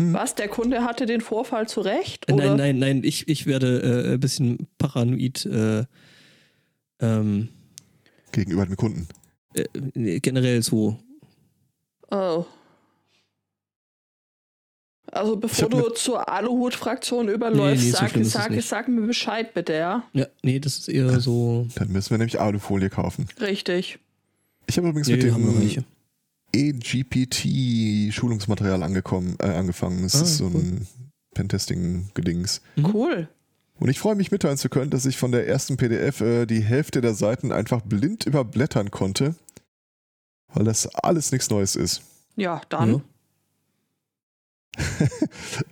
D: Was, der Kunde hatte den Vorfall zurecht? Oder?
B: Äh, Nein, nein, nein, ich, ich werde äh, ein bisschen paranoid äh, ähm,
C: Gegenüber dem Kunden.
B: äh, generell so
D: Oh. Also bevor
C: hab
D: du
C: ne-
D: zur Aluhut-Fraktion überläufst,
B: Nee, nee, so
D: sag,
B: schlimm ist es
D: sag,
B: nicht.
D: sag mir Bescheid bitte, ja?
B: Ja, nee, das ist eher so.
C: Dann müssen wir nämlich Alufolie kaufen.
D: Richtig.
C: Ich habe übrigens
B: Nee,
C: mit
B: haben wir welche.
C: dem E EGPT-Schulungsmaterial angekommen, äh, angefangen. Das
B: Ah,
C: ist so
B: cool.
C: ein Pentesting-Gedings.
B: Mhm.
D: Cool.
C: Und ich freue mich mitteilen zu können, dass ich von der ersten PDF äh, die Hälfte der Seiten einfach blind überblättern konnte, weil das alles nichts Neues ist.
D: Ja, dann.
B: Ja.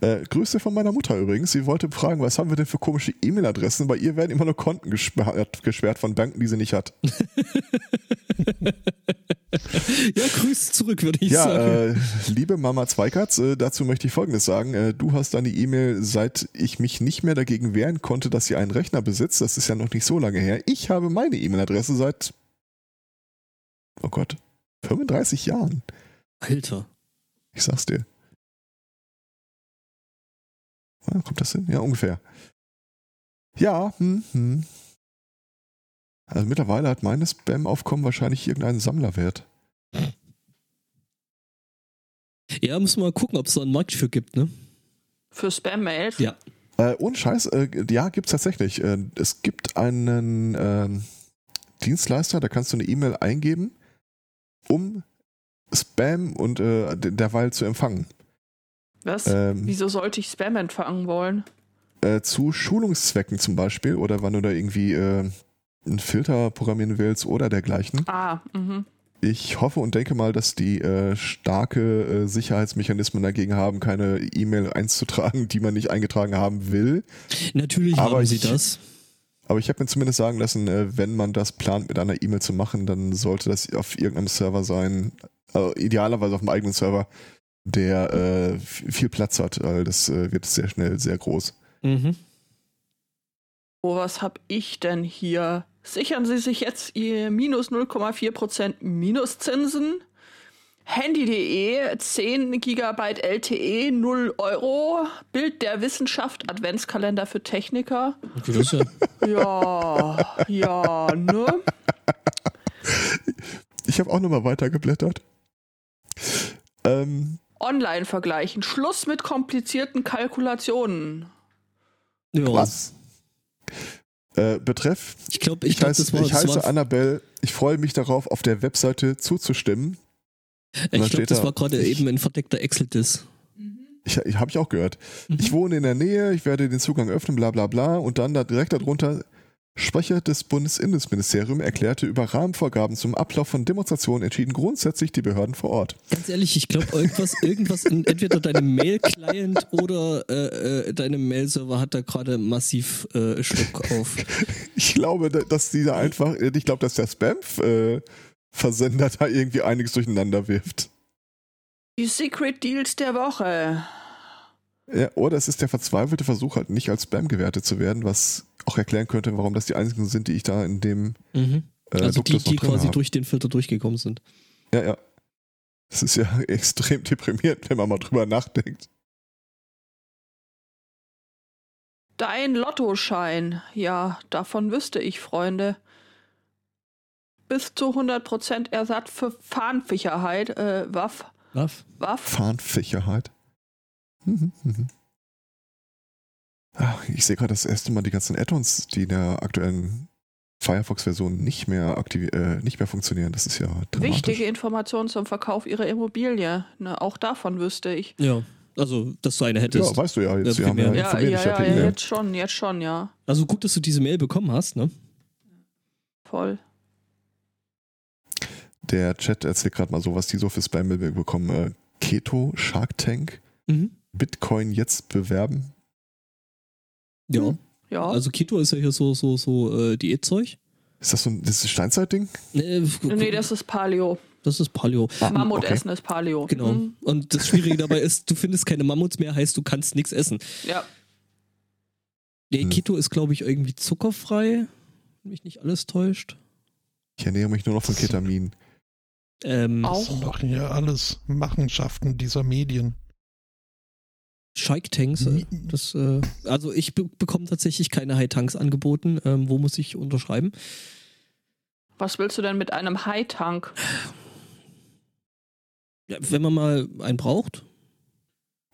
C: Äh, Grüße von meiner Mutter übrigens. Sie wollte fragen, was haben wir denn für komische E-Mail-Adressen? Bei ihr werden immer nur Konten gesperrt, gesperrt von Banken, die sie nicht hat.
B: ja, grüß zurück, würde ich
C: ja,
B: sagen.
C: äh, liebe Mama Zweikatz, äh, dazu möchte ich Folgendes sagen. Äh, du hast deine E-Mail, seit ich mich nicht mehr dagegen wehren konnte, dass sie einen Rechner besitzt. Das ist ja noch nicht so lange her. Ich habe meine E-Mail-Adresse seit, oh Gott, 35 Jahren.
B: Alter.
C: Ich sag's dir. Ah, kommt das hin? Ja, ungefähr. Ja, hm, hm. Also mittlerweile hat meines Spam-Aufkommen wahrscheinlich irgendeinen Sammlerwert.
B: Ja, müssen wir mal gucken, ob es da einen Markt für gibt, ne?
D: Für Spam-Mails.
B: Ja.
C: Äh, ohne Scheiß, äh, ja, gibt's tatsächlich. Äh, es gibt einen ähm, Dienstleister, da kannst du eine E-Mail eingeben, um Spam und äh, de- derweil zu empfangen.
D: Was?
C: Ähm,
D: Wieso sollte ich Spam empfangen wollen?
C: äh, zu Schulungszwecken zum Beispiel oder wann du da irgendwie äh, einen Filter programmieren willst oder dergleichen.
D: Ah, mhm.
C: Ich hoffe und denke mal, dass die äh, starke äh, Sicherheitsmechanismen dagegen haben, keine E-Mail einzutragen, die man nicht eingetragen haben will.
B: Natürlich
C: Aber
B: haben sie
C: ich-
B: das.
C: Aber ich habe mir zumindest sagen lassen, äh, wenn man das plant, mit einer E-Mail zu machen, dann sollte das auf irgendeinem Server sein, also idealerweise auf dem eigenen Server, der äh, f- viel Platz hat, weil das äh, wird sehr schnell sehr groß.
B: Mhm.
D: Oh, was hab ich denn hier? Sichern Sie sich jetzt Ihr minus 0,4% Minuszinsen? Handy.de 10 GB LTE 0 E, Euro. Bild der Wissenschaft Adventskalender für Techniker.
B: Okay, das ist ja.
D: Ja, ja, ne?
C: Ich habe auch nochmal weitergeblättert. Ähm,
D: Online vergleichen. Schluss mit komplizierten Kalkulationen.
B: ja.
C: was? Äh, betreff,
B: Ich glaube, ich,
C: ich,
B: glaub,
C: heiße,
B: das war,
C: ich
B: das
C: heiße
B: war,
C: Annabelle. Ich freue mich darauf, auf der Webseite zuzustimmen.
B: ich glaub,
C: steht
B: das
C: da-
B: war gerade
C: ich-
B: eben ein verdeckter Excel-Diss.
C: Ich, ich habe ich auch gehört.
B: Mhm.
C: Ich wohne in der Nähe, ich werde den Zugang öffnen, bla bla bla. Und dann da direkt darunter, Sprecher des Bundesinnenministeriums erklärte über Rahmenvorgaben zum Ablauf von Demonstrationen entschieden grundsätzlich die Behörden vor Ort.
B: Ganz ehrlich, ich glaube, irgendwas, irgendwas in entweder deinem Mail-Client oder äh, äh, deinem Mail-Server hat da gerade massiv äh, Schluck auf.
C: Ich glaube, da- dass die da einfach, äh, ich glaube, dass der Spam-Versender da irgendwie einiges durcheinander wirft.
D: Die Secret Deals der Woche.
C: Ja, oder es ist der verzweifelte Versuch, halt nicht als Spam gewertet zu werden, was auch erklären könnte, warum das die einzigen sind, die ich da in dem
B: Mhm.
C: äh,
B: Also die,
C: Duktus noch
B: die
C: drin
B: quasi
C: habe.
B: durch den Filter durchgekommen sind.
C: Ja, ja. Das ist ja extrem deprimierend, wenn man mal drüber nachdenkt.
D: Dein Lottoschein. Ja, davon wüsste ich, Freunde. Bis zu 100% Ersatz für Fahnensicherheit. Äh, Waff.
B: Was?
D: Waff.
C: Fahnensicherheit. halt. Mhm, mhm. Ach, ich sehe gerade das erste Mal die ganzen Add-ons, die in der aktuellen Firefox-Version nicht mehr aktiv äh, nicht mehr funktionieren. Das ist ja dramatisch.
D: Wichtige Informationen zum Verkauf ihrer Immobilie. Ne, auch davon wüsste ich.
B: Ja. Also, dass du eine hättest.
C: Ja, weißt du ja jetzt.
B: Ja,
C: wir haben ja,
B: primär.
D: Ja,
C: informiert
D: ja,
C: dich ja,
D: ja,
C: per E-Mail.
D: jetzt schon, jetzt schon, ja.
B: also gut, dass du diese Mail bekommen hast, ne?
D: Voll.
C: Der Chat erzählt gerade mal so, was die so für Spam bekommen. Äh, Keto, Shark Tank,
B: Mhm.
C: Bitcoin jetzt bewerben.
B: Ja.
C: Hm.
D: Ja.
B: Also Keto ist ja hier so, so, so äh, Diätzeug.
C: Ist das so ein, das ist ein Steinzeitding?
B: Nee, äh,
D: nee, das ist Paleo.
B: das ist Paleo.
C: Ah, okay.
D: Mammutessen ist Paleo.
B: Genau.
D: Mhm.
B: Und das Schwierige dabei ist, du findest keine Mammuts mehr, heißt, du kannst nichts essen.
D: Ja.
B: Nee,
C: Hm.
B: Keto ist, glaube ich, irgendwie zuckerfrei, wenn mich nicht alles täuscht.
C: Ich ernähre mich nur noch von Ketamin.
B: Ähm,
A: Das
D: Auch.
A: sind doch hier alles Machenschaften dieser Medien.
B: Shike Tanks, äh, das, äh, also ich be bekomme tatsächlich keine High Tanks angeboten. Ähm, wo muss ich unterschreiben?
D: Was willst du denn mit einem High-Tank?
B: Ja, wenn man mal einen braucht.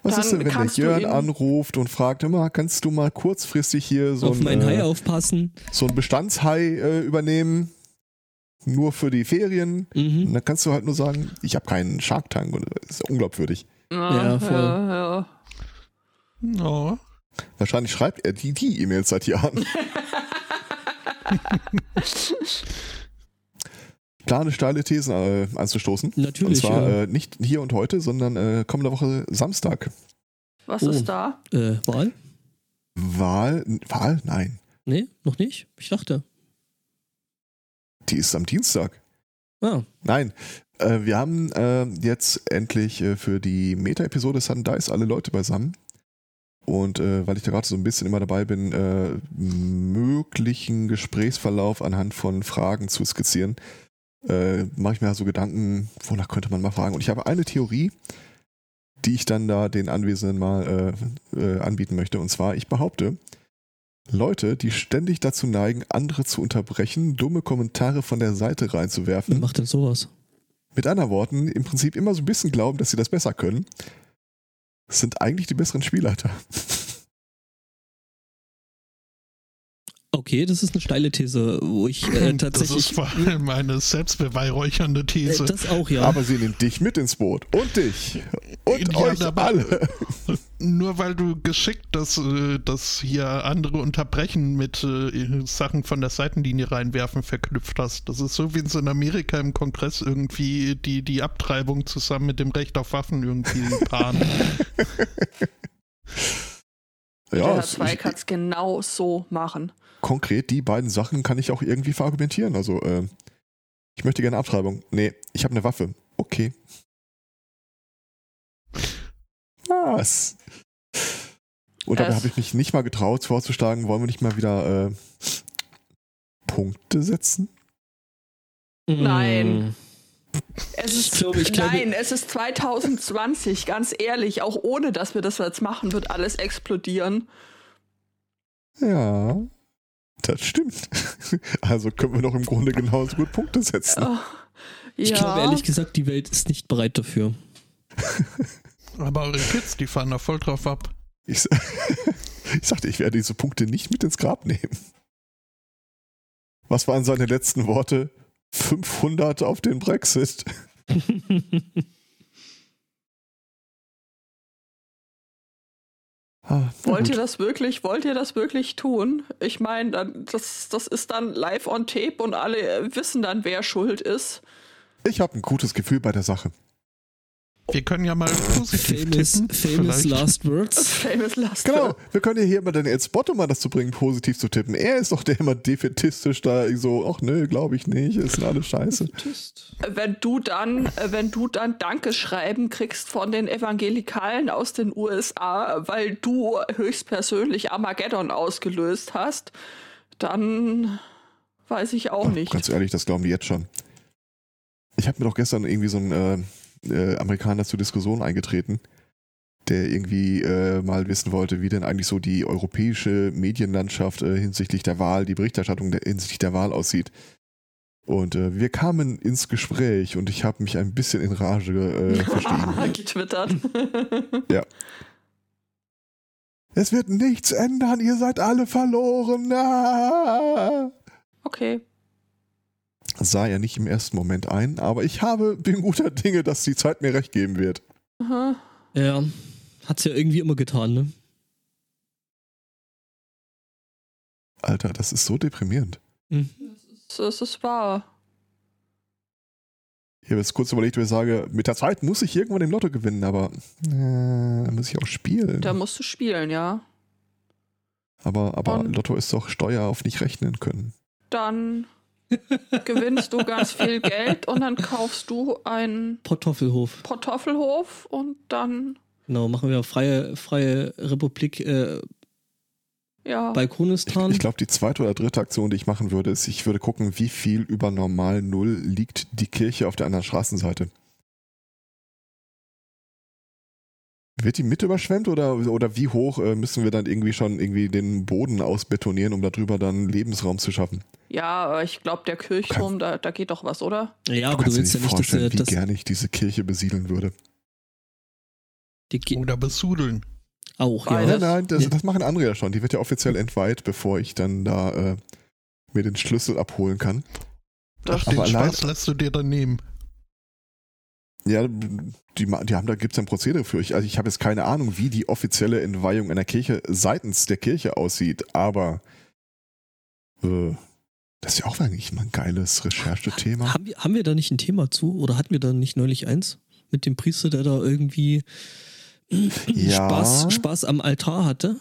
C: Was
D: Dann
C: ist denn, wenn der
D: kannst du
C: Jörn
D: ihn-
C: anruft und fragt, immer, kannst du mal kurzfristig hier so
B: Auf
C: ein,
B: meinen Hai
C: äh,
B: aufpassen.
C: so ein Bestandshai äh, übernehmen? Nur für die Ferien? Und
B: Mhm.
C: dann kannst du halt nur sagen, ich habe keinen Shark Tank. Und das ist unglaubwürdig.
B: Ja, voll.
D: Ne? ja, ja.
A: Oh.
C: Wahrscheinlich schreibt er die die E-Mails seit Jahren. Plane steile Thesen äh, anzustoßen.
B: Natürlich.
C: und zwar
B: ja.
C: äh, nicht hier und heute, sondern äh, kommende Woche Samstag.
D: Was
B: Oh.
D: ist da?
B: äh, Wahl?
C: Wahl? Wahl? Nein.
B: Nee, noch nicht? Ich dachte.
C: Die ist am Dienstag.
B: Ah,
C: Nein. Äh, wir haben äh, jetzt endlich äh, für die Meta-Episode Sun Dice alle Leute beisammen. Und äh, weil ich da gerade so ein bisschen immer dabei bin, äh, möglichen Gesprächsverlauf anhand von Fragen zu skizzieren, äh, mache ich mir so Gedanken, wonach könnte man mal fragen. Und ich habe eine Theorie, die ich dann da den Anwesenden mal äh, äh, anbieten möchte. Und zwar, ich behaupte, Leute, die ständig dazu neigen, andere zu unterbrechen, dumme Kommentare von der Seite
B: wer
C: reinzuwerfen,
B: macht denn sowas?
C: mit anderen Worten, im Prinzip immer so ein bisschen glauben, dass sie das besser können, sind eigentlich die besseren Spielleiter.
B: Okay, das ist eine steile These, wo ich äh,
A: das
B: tatsächlich.
A: ist vor allem eine selbstbeweihräuchernde These.
B: äh, das auch, ja.
C: Aber sie nehmen dich mit ins Boot und dich und
A: Ja,
C: euch
A: aber-
C: alle.
A: Nur weil du geschickt das, äh, das hier andere unterbrechen mit äh, Sachen von der Seitenlinie reinwerfen verknüpft hast. Das ist so, wie es in Amerika im Kongress irgendwie die, die Abtreibung zusammen mit dem Recht auf Waffen irgendwie paaren.
D: Der
C: Ja,
D: Herr
C: es-
D: Zweig
C: ich,
D: hat's genau so machen.
C: konkret die beiden Sachen kann ich auch irgendwie verargumentieren. Also, äh, ich möchte gerne Abtreibung. Nee, ich habe eine Waffe. Okay. Was? Und dabei
D: Es-
C: habe ich mich nicht mal getraut, vorzuschlagen, wollen wir nicht mal wieder äh, Punkte setzen?
B: Mhm.
D: Nein. Es
B: Ich
D: ist,
B: glaube, ich glaube-
D: nein, es ist 2020, ganz ehrlich. Auch ohne, dass wir das jetzt machen, wird alles explodieren.
C: Ja, das stimmt. Also können wir doch im Grunde genauso gut Punkte setzen.
D: Ja.
B: Ich
D: ja.
B: glaube ehrlich gesagt, die Welt ist nicht bereit dafür.
A: Aber eure Kids, die fahren da voll drauf ab.
C: Ich, sa- ich sagte, ich werde diese Punkte nicht mit ins Grab nehmen. Was waren seine letzten Worte? 500 auf den Brexit. Ah, na
D: Wollt ihr
C: gut.
D: das wirklich, wollt ihr das wirklich tun? Ich meine, dann- das, das ist dann live on tape und alle äh, wissen dann, wer schuld ist.
C: ich habe ein gutes Gefühl bei der Sache.
A: Wir können ja mal positiv
B: famous
A: tippen.
B: famous
A: Vielleicht-
B: Last Words.
D: Famous Last
C: Genau,
D: Word.
C: wir können ja hier immer den Ed Spot, um mal das zu bringen, positiv zu tippen. Er ist doch der immer defetistisch da so, ach nö, glaube ich nicht, ist alles scheiße.
D: Wenn du dann, äh, wenn du dann Danke schreiben kriegst von den Evangelikalen aus den USA, weil du höchstpersönlich Armageddon ausgelöst hast, dann weiß ich auch
C: Ach,
D: nicht.
C: Ganz ehrlich, das glauben die jetzt schon. Ich habe mir doch gestern irgendwie so einen äh, äh, Amerikaner zur Diskussion eingetreten, der irgendwie äh, mal wissen wollte, wie denn eigentlich so die europäische Medienlandschaft äh, hinsichtlich der Wahl, die Berichterstattung der, hinsichtlich der Wahl aussieht. Und äh, wir kamen ins Gespräch und ich habe mich ein bisschen in Rage äh, verstiegen.
D: Getwittert.
C: Es wird nichts ändern, ihr seid alle verloren. Ah.
D: okay.
C: Sah ja nicht im ersten Moment ein, aber ich habe, bin guter Dinge, dass die Zeit mir recht geben wird.
D: Aha.
B: Ja, hat's ja irgendwie immer getan, ne?
C: Alter, das ist so deprimierend.
B: Mhm.
D: Das, das ist wahr.
C: Ich habe jetzt kurz überlegt, ob ich sage, mit der Zeit muss ich irgendwann im Lotto gewinnen, aber äh, dann muss ich auch spielen.
D: Da musst du spielen, ja.
C: Aber, aber
D: Und-
C: Lotto ist doch Steuer auf nicht rechnen können.
D: Dann gewinnst du ganz viel Geld und dann kaufst du einen
B: Kartoffelhof.
D: Kartoffelhof und dann,
B: Genau, machen wir freie, freie Republik äh,
D: Oh. ja.
C: Ich,
B: Balkonistan.
C: ich glaube, die zweite oder dritte Aktion, die ich machen würde, ist, ich würde gucken, wie viel über normal Null liegt die Kirche auf der anderen Straßenseite. Wird die mit überschwemmt oder, oder wie hoch äh, müssen wir dann irgendwie schon irgendwie den Boden ausbetonieren, um darüber dann Lebensraum zu schaffen?
D: Ja, aber ich glaube, der Kirchturm, da, da geht doch was, oder?
B: ja, aber du willst ja nicht, dass,
C: vorstellen,
B: der-
C: wie
B: dass
C: gerne ich diese Kirche besiedeln würde.
B: Die Ge-
A: Oder besudeln.
B: auch, ja.
D: Nein,
C: Nein,
D: Beides.
C: nein, das,
B: Ja.
C: das machen andere ja schon. Die wird ja offiziell entweiht, bevor ich dann da äh, mir den Schlüssel abholen kann.
A: Ach,
C: Aber
A: den
C: allein-
A: Spaß lässt du dir dann nehmen.
C: Ja, die, ma- die haben da gibt's ein Prozedere für. Ich, also ich habe jetzt keine Ahnung, wie die offizielle Entweihung einer Kirche seitens der Kirche aussieht, aber äh, das ist ja auch eigentlich mal ein geiles Recherchethema.
B: Haben wir, haben wir da nicht ein Thema zu? Oder hatten wir da nicht neulich eins? Mit dem Priester, der da irgendwie
C: Ja.
B: Spaß, Spaß am Altar hatte?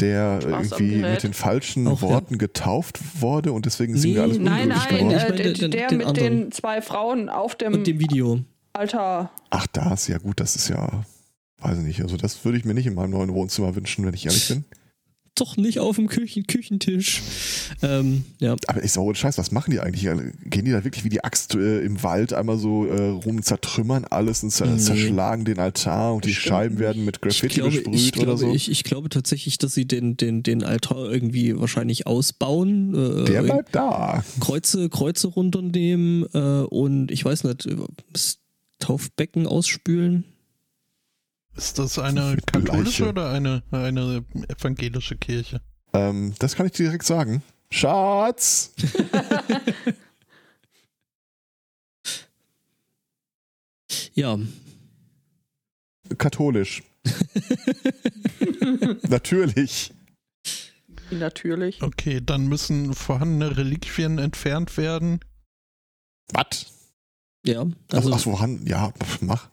C: Der
D: Spaß am
C: irgendwie
D: Gerät.
C: mit den falschen
B: Auch, ja.
C: Worten getauft wurde und deswegen ist ihm
B: Nee,
C: da alles
D: Nein,
C: unmöglich
D: nein,
C: geworden.
B: Ich
D: äh,
B: meine,
D: der,
B: den-
D: der
B: den
D: mit
B: anderen.
D: den zwei Frauen auf dem,
B: Und dem Video.
D: Altar.
C: Ach, das, ja gut, das ist ja, weiß ich nicht, also das würde ich mir nicht in meinem neuen Wohnzimmer wünschen, wenn ich ehrlich bin.
B: Doch nicht auf dem Küchen Küchentisch. Ähm, ja.
C: Aber ich sage, Scheiß, was machen die eigentlich? Gehen die da wirklich wie die Axt äh, im Wald einmal so äh, rum, zertrümmern alles und zer
B: Nee.
C: zerschlagen den Altar und die
D: Bestimmt
C: Scheiben werden mit Graffiti
B: Ich glaube,
C: besprüht
B: ich, glaube,
C: oder so?
B: ich, ich glaube tatsächlich, dass sie den, den, den Altar irgendwie wahrscheinlich ausbauen. Äh,
C: Der
B: irgend-
C: bleibt da.
B: Kreuze, Kreuze runternehmen äh, und ich weiß nicht, äh, das Taufbecken ausspülen.
A: Ist das eine
C: Mit
A: katholische
C: Leiche.
A: oder eine, eine evangelische Kirche?
C: Ähm, das kann ich dir direkt sagen. Schatz!
B: Ja.
C: Katholisch. Natürlich.
D: Natürlich.
A: Okay, dann müssen vorhandene Reliquien entfernt werden.
B: Also
C: Was?
B: ja, also
C: Also, ach so, Han, ja, pf, mach.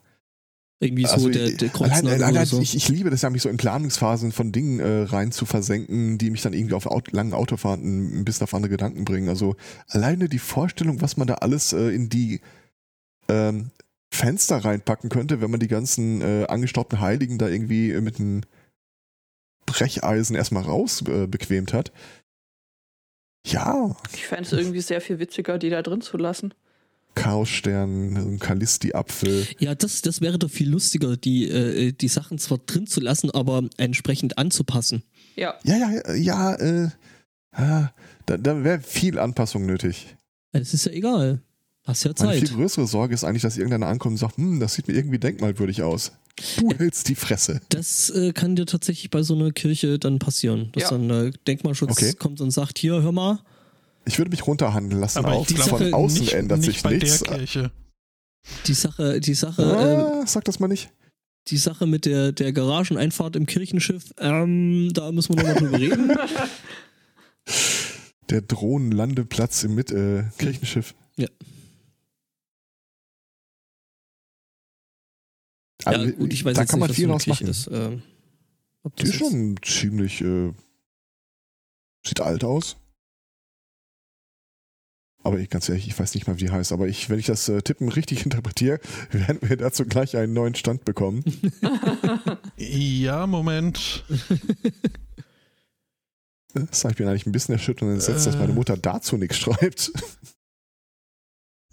B: irgendwie so
C: Also,
B: der,
C: ich-
B: der
C: Allein,
B: Kreuznagel
C: allein,
B: oder so.
C: ich, ich liebe das ja, mich so in Planungsphasen von Dingen äh, rein zu versenken, die mich dann irgendwie auf Aut langen Autofahrten ein bisschen auf andere Gedanken bringen. Also alleine die Vorstellung, was man da alles äh, in die ähm, Fenster reinpacken könnte, wenn man die ganzen äh, angestaubten Heiligen da irgendwie äh, mit einem Brecheisen erstmal raus äh, bequemt hat. Ja,
D: Ich fände es irgendwie sehr viel witziger, die da drin zu lassen.
C: Chaosstern, Kalisti-Apfel.
B: ja, das, das wäre doch viel lustiger, die, äh, die Sachen zwar drin zu lassen, aber entsprechend anzupassen.
D: Ja.
C: Ja, ja, ja, äh, ah, da, da wäre viel Anpassung nötig.
B: Es ist ja egal. Hast ja
C: Meine
B: Zeit.
C: viel größere Sorge ist eigentlich, dass irgendeiner ankommt und sagt, hm, das sieht mir irgendwie denkmalwürdig aus. Du hältst die Fresse.
B: Das äh, kann dir tatsächlich bei so einer Kirche dann passieren, dass
D: Ja.
B: dann äh, Denkmalschutz
C: Okay.
B: kommt und sagt, hier, hör mal,
C: Ich würde mich runterhandeln lassen.
A: Aber
C: auch.
A: ich glaube,
C: Von außen
A: nicht,
C: ändert
A: nicht
C: sich
A: bei
C: nichts.
A: der Kirche.
B: die Sache, die Sache, äh,
C: Ah, sag das mal nicht.
B: die Sache mit der, der Garageneinfahrt im Kirchenschiff, ähm, da müssen wir nochmal drüber reden.
C: Der Drohnenlandeplatz im Mit äh, Kirchenschiff.
B: Ja.
C: Also,
B: ja, gut, ich weiß
C: da
B: jetzt
C: kann
B: nicht,
C: man
B: was
C: viel
B: für eine
C: draus
B: Kirche
C: machen.
B: Ist, ähm, ob
C: die
B: das
C: ist
B: jetzt-
C: schon ziemlich. Äh, sieht alt aus. Aber ich, ganz ehrlich, ich weiß nicht mal, wie die heißt. Aber ich, wenn ich das äh, Tippen richtig interpretiere, werden wir dazu gleich einen neuen Stand bekommen.
A: Ja, Moment.
C: Das ich bin eigentlich ein bisschen erschüttert und entsetzt, dass
A: Äh.
C: meine Mutter dazu nichts schreibt.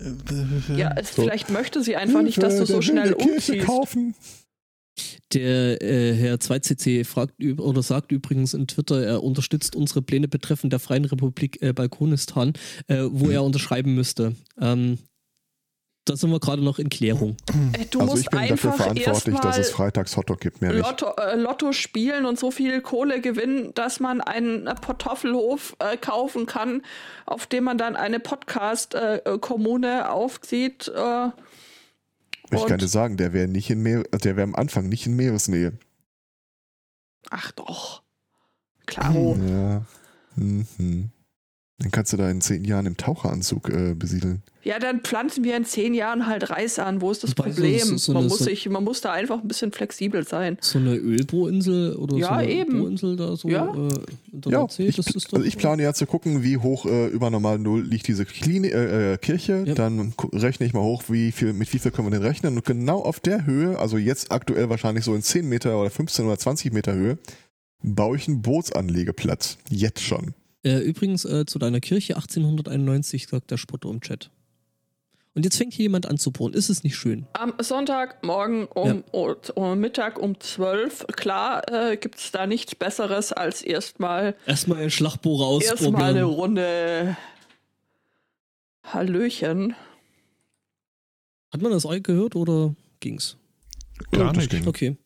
A: Äh,
D: ja, es,
C: Äh, So. Hm, äh,
D: vielleicht möchte sie einfach nicht, dass du
C: Der
D: so
C: will
D: schnell
C: eine Kirche
D: umziehst.
C: kaufen.
B: Der äh, Herr 2cc fragt üb- oder sagt übrigens in Twitter, er unterstützt unsere Pläne betreffend der Freien Republik äh, Balkonistan, äh, wo
C: Mhm.
B: er unterschreiben müsste. Ähm, da sind wir gerade noch in Klärung.
D: Ey, Äh, Du
C: Also
D: musst
C: ich bin dafür
D: einfach
C: verantwortlich, dass es
D: erstmal
C: freitags Hotdog gibt, mehr nicht.
D: Lotto, äh, Lotto spielen und so viel Kohle gewinnen, dass man einen äh, Kartoffelhof äh, kaufen kann, auf dem man dann eine Podcast-Kommune aufzieht. Äh,
C: Ich kann
D: und-
C: dir sagen, der wäre nicht in Meer, der wäre am Anfang nicht in Meeresnähe.
D: ach doch. Klaro.
C: Ja. Mhm. Dann kannst du da in zehn Jahren im Taucheranzug äh, besiedeln.
D: Ja, dann pflanzen wir in zehn Jahren halt Reis an. Wo ist das
B: Wobei, so-
D: Problem?
B: so- so
D: man,
B: eine-
D: muss
B: so-
D: sich, man muss da einfach ein bisschen flexibel sein.
B: So eine Ölbohrinsel oder so
D: Ja,
B: eine
D: eben.
B: Ölbohrinsel da so
D: Ja.
B: äh, in der
C: Ja,
B: Nordsee,
C: ich,
B: das ist doch,
C: also ich plane ja zu gucken, wie hoch äh, über normal Null liegt diese Klini äh, äh, Kirche.
B: Ja.
C: Dann gu- rechne ich mal hoch, wie viel, mit wie viel können wir denn rechnen. Und genau auf der Höhe, also jetzt aktuell wahrscheinlich so in 10 Meter oder 15 oder 20 Meter Höhe, baue ich einen Bootsanlegeplatz. Jetzt schon.
B: Äh, übrigens äh, zu deiner Kirche 1891 sagt der Spotter im Chat. Und jetzt fängt hier jemand an zu bohren. Ist es nicht schön?
D: Am Sonntagmorgen um, um Mittag um 12, klar, äh, gibt es da nichts Besseres als erstmal
B: Erstmal einen Schlagbohrer
D: erstmal
B: ausprobieren.
D: eine Runde Hallöchen.
B: Hat man das euch gehört oder ging's?
A: Gar
C: das
A: nicht.
C: Ding.
B: Okay.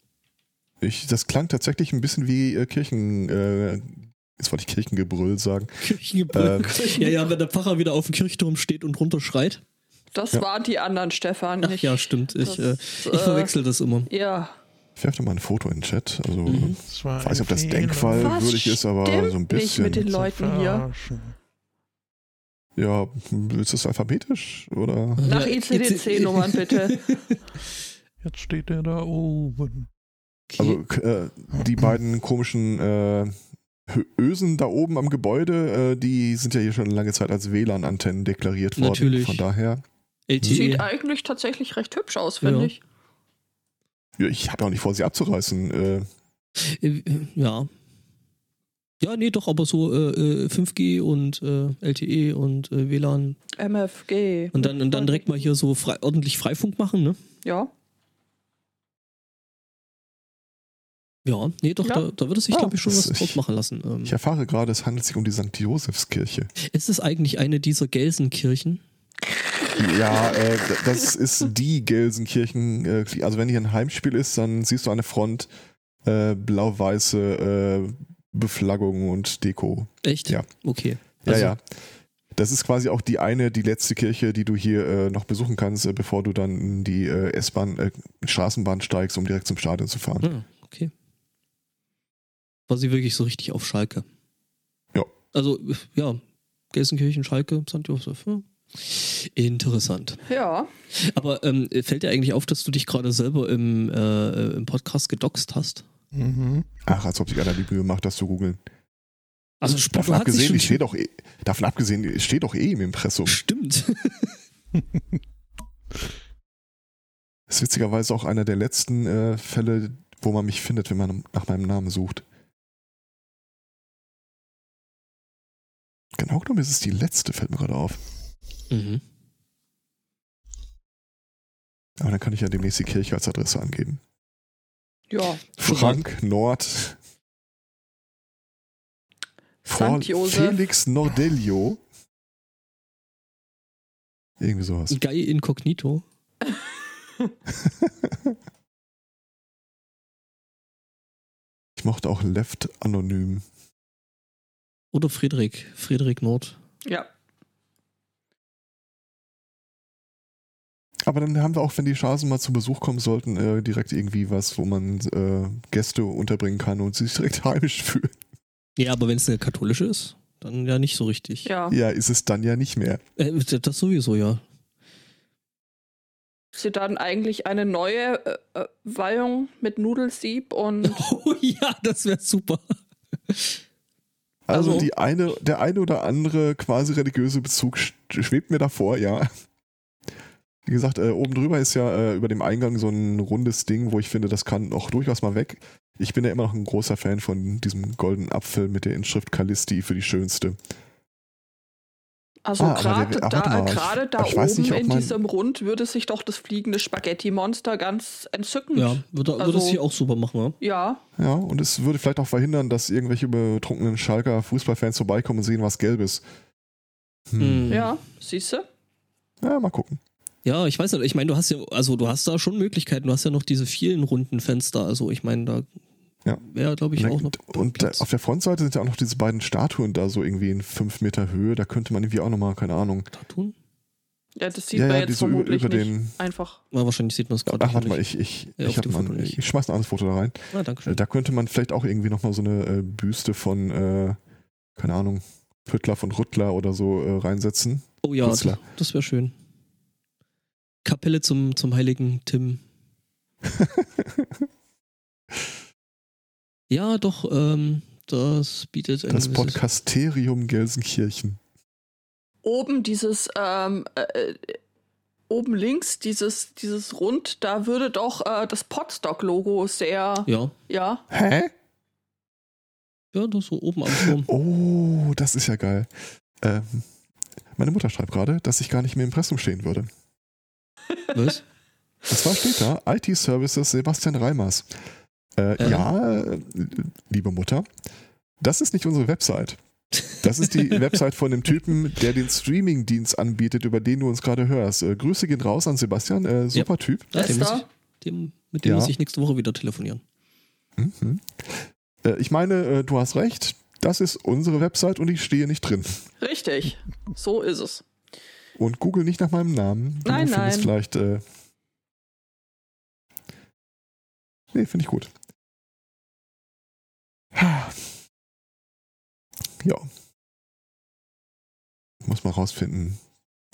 C: Ich, das klang tatsächlich ein bisschen wie äh, Kirchen. Äh, jetzt wollte ich Kirchengebrüll sagen. Ähm,
B: Kirchengebrüll. Ja, ja, wenn der Pfarrer wieder auf dem Kirchturm steht und runterschreit.
D: Das
C: Ja.
D: waren die anderen, Stefan.
B: Ach
D: nicht-
B: ja, stimmt. Ich, äh,
D: das, äh,
B: ich verwechsel das immer.
D: Ja.
C: Ich werfe mal ein Foto in den Chat. Also,
B: Mhm.
A: Das war
C: ich weiß nicht, ob das
A: ein
C: Denkfall
A: Fehler.
D: Was
C: würdig ist, aber
D: stimmt
C: so ein
D: Nicht mit den
C: bisschen.
D: Leuten hier.
A: Verarschen.
C: ja, willst du es alphabetisch? Oder?
D: Nach E
B: Ja,
D: ICDC-Nummern bitte.
A: Jetzt steht er da oben.
C: Also k- äh, die beiden komischen äh, Hö- Ösen da oben am Gebäude, äh, die sind ja hier schon lange Zeit als WLAN-Antennen deklariert worden.
B: Natürlich.
C: Von daher,
B: LTE. äh,
D: Sieht eigentlich tatsächlich recht hübsch aus, finde
B: Ja.
D: ich.
C: ja, ich habe auch nicht vor, sie abzureißen. Äh,
B: Äh, Ja. Ja, nee, doch, aber so äh, äh, 5G und äh, LTE und äh, WLAN.
D: MFG.
B: Und dann, und dann direkt mal hier so frei, ordentlich Freifunk machen, ne?
D: Ja.
B: Ja, nee, doch,
D: Ja.
B: Da, da würde sich,
C: Ah,
B: glaube ich, schon was
C: das-
B: draus
C: ich-
B: machen lassen. Ähm,
C: ich erfahre gerade, es handelt sich um die St. Josefskirche.
B: Ist es eigentlich eine dieser Gelsenkirchen?
C: Ja, äh, d- das ist die Gelsenkirchen. Äh, also wenn hier ein Heimspiel ist, dann siehst du eine Front äh, blau-weiße äh, Beflaggung und Deko.
B: Echt?
C: Ja.
B: Okay.
C: Ja,
B: Also-
C: ja. Das ist quasi auch die eine, die letzte Kirche, die du hier äh, noch besuchen kannst, äh, bevor du dann in die äh, S-Bahn, äh, Straßenbahn steigst, um direkt zum Stadion zu
B: Ah,
C: fahren.
B: okay. War sie wirklich so richtig auf Schalke?
C: Ja.
B: Also, ja, Gelsenkirchen, Schalke, St. Josef. Ja. Interessant.
D: Ja.
B: Aber ähm, fällt dir eigentlich auf, dass du dich gerade selber im, äh, im Podcast gedoxt hast?
A: Mhm.
C: Ach, als ob sich einer die Mühe macht, das zu googeln.
B: Also
C: Davon abgesehen, ich stehe doch eh, davon abgesehen, ich stehe doch eh im Impressum.
B: Stimmt.
C: Das ist witzigerweise auch einer der letzten äh, Fälle, wo man mich findet, wenn man nach meinem Namen sucht. Genau genommen ist es die letzte, fällt mir gerade auf.
B: Mhm.
C: Aber dann kann ich ja demnächst die Kirche als Adresse angeben.
D: Ja.
B: Schon
C: Frank Nord. Vor
D: St. Josef.
C: Felix Nordelio. Irgendwie sowas.
B: Guy Incognito.
C: Ich mochte auch Left Anonym.
B: Oder Friedrich. Friedrich Nord.
D: Ja.
C: Aber dann haben wir auch, wenn die Schasen mal zu Besuch kommen sollten, äh, direkt irgendwie was, wo man äh, Gäste unterbringen kann und sie sich direkt heimisch fühlen.
B: Ja, aber wenn es eine katholische ist, dann ja nicht so richtig.
D: Ja.
C: Ja, ist es dann ja nicht mehr.
B: Äh, das sowieso, ja.
D: Sie dann eigentlich eine neue äh, äh, Weihung mit Nudelsieb und
B: Oh ja, das wäre super.
C: Also,
D: Also-
C: die eine, der eine oder andere quasi religiöse Bezug sch- schwebt mir davor, ja. Wie gesagt, äh, oben drüber ist ja äh, über dem Eingang so ein rundes Ding, wo ich finde, das kann auch durchaus mal weg. Ich bin ja immer noch ein großer Fan von diesem goldenen Apfel mit der Inschrift Kalisti für die schönste.
D: also
C: Ah, aber
D: gerade
C: der- ah,
D: da,
C: warte mal, ich-
D: gerade da
C: aber ich weiß
D: oben
C: nicht, ob
D: in
C: mein-
D: diesem Rund würde sich doch das fliegende Spaghetti-Monster ganz entzückend.
B: Ja, würde, würde
D: Also-
B: es hier auch super machen, ja?
D: ja.
C: Ja, und es würde vielleicht auch verhindern, dass irgendwelche betrunkenen Schalker Fußballfans vorbeikommen und sehen was Gelbes. Hm.
B: Hm.
D: Ja, siehst du?
C: Ja, mal gucken.
B: Ja, ich weiß nicht. Ich meine, du hast ja, also du hast da schon Möglichkeiten. Du hast ja noch diese vielen runden Fenster. Also ich meine, da
C: Ja.
B: wäre, glaube ich, auch noch.
C: und und da,
B: Platz.
C: auf der Frontseite sind ja auch noch diese beiden Statuen da so irgendwie in fünf Meter Höhe. Da könnte man irgendwie auch nochmal, keine Ahnung,
B: da tun?
D: Ja, das sieht
C: Ja,
D: man
C: ja, die
D: jetzt
C: so über,
D: vermutlich
C: über
D: nicht.
C: den.
D: Einfach.
B: Na, Ah, wahrscheinlich sieht man es gerade
C: Ach, warte
B: nicht.
C: mal, ich, ich,
B: Ja, auf
C: ich, hab
B: dem
C: mal,
B: Foto
C: ein-
B: nicht.
C: ich schmeiß ein anderes Foto da rein.
B: Na, danke
C: Äh,
B: schön.
C: Da könnte man vielleicht auch irgendwie nochmal so eine äh, Büste von, äh, keine Ahnung, Püttler von Rüttler oder so äh, reinsetzen.
B: oh ja, das,
C: Kutzler.
B: das wäre schön. Kapelle zum, zum heiligen Tim. Ja, doch, ähm, das bietet ein
C: das
B: gewisses-
C: Podcasterium Gelsenkirchen.
D: Oben dieses, ähm, äh, äh, oben links dieses, dieses Rund, da würde doch äh, das Podstock-Logo sehr,
B: Ja,
D: ja.
C: Hä?
B: ja, das so oben am Turm.
C: Oh, das ist ja geil. Ähm, meine Mutter schreibt gerade, dass ich gar nicht mehr im Impressum stehen würde.
B: Was?
C: Und zwar steht da IT-Services Sebastian Reimers. Äh,
B: Äh.
C: Ja, äh, liebe Mutter, das ist nicht unsere Website. Das ist die Website von dem Typen, der den Streaming-Dienst anbietet, über den du uns gerade hörst. Äh, Grüße gehen raus an Sebastian, äh, super Typ.
B: Ah,
D: Esther?
B: dem, muss ich, dem Mit dem
C: Ja.
B: muss ich nächste Woche wieder telefonieren.
C: Mhm. Äh, ich meine, äh, du hast recht. Das ist unsere Website und ich stehe nicht drin.
D: Richtig. So ist es.
C: Und google nicht nach meinem Namen. Du
D: Nein,
C: findest
D: nein.
C: vielleicht. Äh... Nee, finde ich gut. Ha. Ja. Muss mal rausfinden,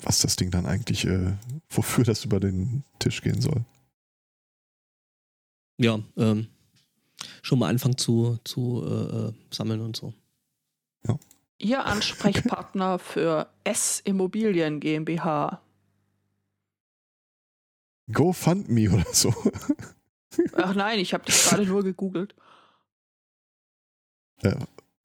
C: was das Ding dann eigentlich, äh, wofür das über den Tisch gehen soll.
B: Ja, ähm, schon mal anfangen zu, zu äh, äh, sammeln und so.
D: Ihr Ansprechpartner für S Immobilien GmbH.
C: GoFundMe oder so.
D: Ach nein, ich habe das gerade nur gegoogelt.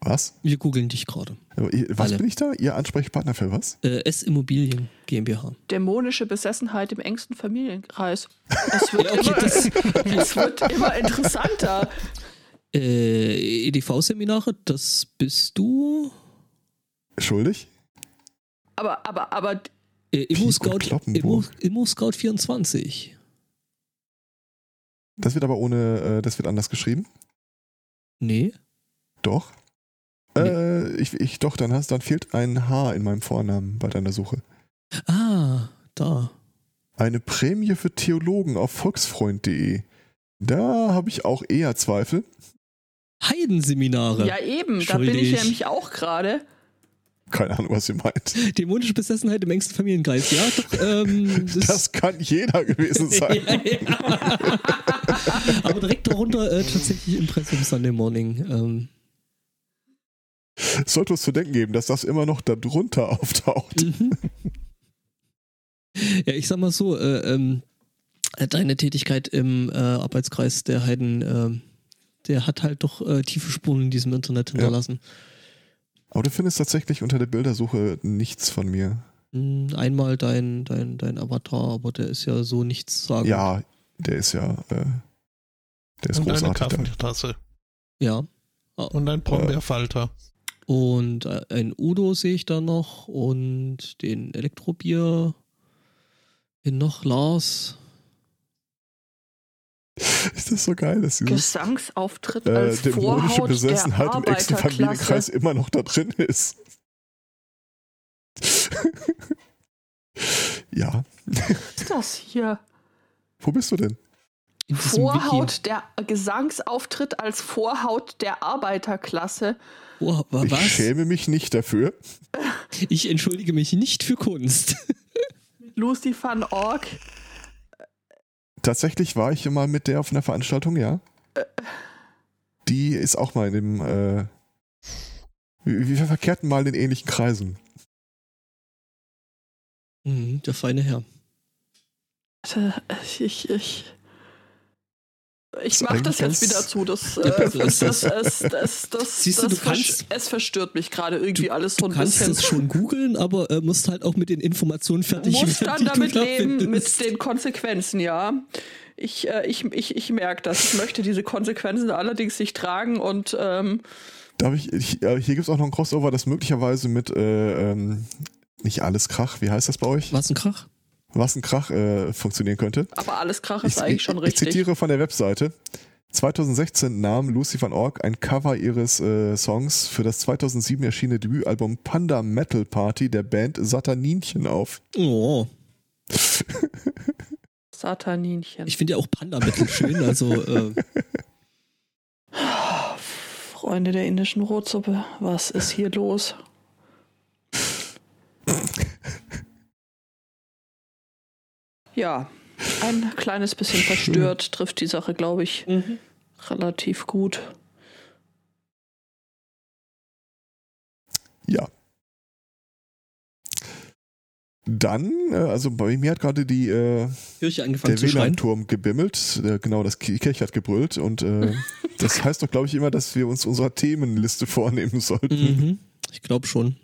C: Was?
B: Wir googeln dich gerade.
C: Aber ihr- Was
B: Alle.
C: bin ich da? Ihr Ansprechpartner für was?
B: Äh, S Immobilien GmbH.
D: Dämonische Besessenheit im engsten Familienkreis. Es wird,
B: Ja, okay,
D: immer,
B: das-
D: es wird immer interessanter.
B: Äh, EDV-Seminare, das bist du.
C: Schuldig?
D: Aber, aber, aber
B: Äh,
C: Piep
B: Immo
C: und
B: Scout, Immo,
C: Kloppenburg.
B: Immo Scout 24.
C: Das wird aber ohne, äh, das wird anders geschrieben.
B: Nee.
C: Doch. Äh, ich, ich, doch, dann hast, dann fehlt ein H in meinem Vornamen bei deiner Suche.
B: Ah, da.
C: Eine Prämie für Theologen auf volksfreund.de. Da habe ich auch eher Zweifel.
B: Heidenseminare.
D: ja eben, da bin ich
B: Schuldig.
D: nämlich auch gerade.
C: Keine Ahnung, was ihr meint.
B: Dämonische Besessenheit im engsten Familienkreis. Ja, doch. Ähm,
C: Das kann jeder gewesen sein.
B: ja, ja. Aber direkt darunter äh, tatsächlich Impressum Sunday Morning. Ähm,
C: Sollte uns zu denken geben, dass das immer noch da drunter auftaucht.
B: mhm. Ja, ich sag mal so, äh, ähm, deine Tätigkeit im äh, Arbeitskreis der Heiden, ähm, der hat halt doch äh, tiefe Spuren in diesem Internet hinterlassen.
C: Aber du findest tatsächlich unter der Bildersuche nichts von mir.
B: Mm, Einmal dein, dein, dein Avatar, aber der ist ja so nichts sagen.
C: Ja, der ist ja, äh, der ist
A: und eine
C: großartig. da.
A: Kaffeetasse.
B: ja.
A: Und ein Brombeerfalter.
B: Und äh, ein Udo sehe ich da noch und den Elektrobier, den noch Lars.
C: Ist das so geil, dass
B: Hm?
C: dieses
D: Gesangsauftritt
C: äh,
D: als
C: dämonische
D: Vorhaut der
C: Besessenheit im engsten
D: Arbeiterklasse.
C: Familienkreis immer noch da drin ist. ja,
D: Was ist das hier?
C: wo bist du denn?
B: In diesem Wiki.
D: Vorhaut der Gesangsauftritt als Vorhaut der Arbeiterklasse.
B: Oh, wa-
C: Ich
B: was?
C: schäme mich nicht dafür.
B: Ich entschuldige mich nicht für Kunst.
D: Lucy van Org.
C: Tatsächlich war ich immer mit der auf einer Veranstaltung, ja.
D: Äh.
C: Die ist auch mal in dem. Äh, wir wir verkehrten mal in ähnlichen Kreisen.
B: Mhm, der feine Herr.
D: Ich, ich, ich, ich
C: Ist
D: mach
C: eigentlich
D: das jetzt
C: ganz-
D: wieder zu. Das,
B: Ja,
D: äh,
B: das
D: das,
B: ist-
D: das, das, das, das,
B: Siehst du,
D: das
B: du kannst-
D: versch- es verstört mich gerade irgendwie alles
B: Du
D: so ein
B: kannst
D: bisschen.
B: das schon googeln, aber äh, musst halt auch mit den Informationen fertig
D: muss
B: werden,
D: dann
B: die du
D: damit
B: da
D: leben,
B: findest.
D: mit den Konsequenzen, ja. Ich, äh, ich, ich, ich merke das. Ich möchte diese Konsequenzen allerdings nicht tragen und ähm,
C: Darf ich, ich äh, hier gibt es auch noch ein Crossover, das möglicherweise mit äh, ähm, nicht alles Krach, wie heißt das bei euch?
B: Was ein Krach?
C: Was ein Krach äh, funktionieren könnte.
D: aber alles Krach
C: Ich,
D: ist eigentlich
C: ich,
D: schon
C: ich
D: richtig.
C: zitiere von der Webseite. 2016 nahm Lucy van Org ein Cover ihres äh, Songs für das 2007 erschienene Debütalbum Panda Metal Party der Band Sataninchen auf.
B: Oh,
D: Sataninchen.
B: ich finde ja auch Panda mittel schön, also äh,
D: Freunde der indischen Rotsuppe, was ist hier los? Ja, ein kleines bisschen
C: Schön.
D: verstört trifft die Sache, glaube ich, relativ gut.
C: Ja. Dann, äh, also bei mir hat gerade die, äh,
B: Kirche angefangen
C: der
B: zu schreien.
C: WLAN-Turm gebimmelt. Äh, genau, das Ki- Kirch hat gebrüllt. Und äh, das heißt doch, glaube ich, immer, dass wir uns unserer Themenliste vornehmen sollten.
B: Mhm, ich glaube schon.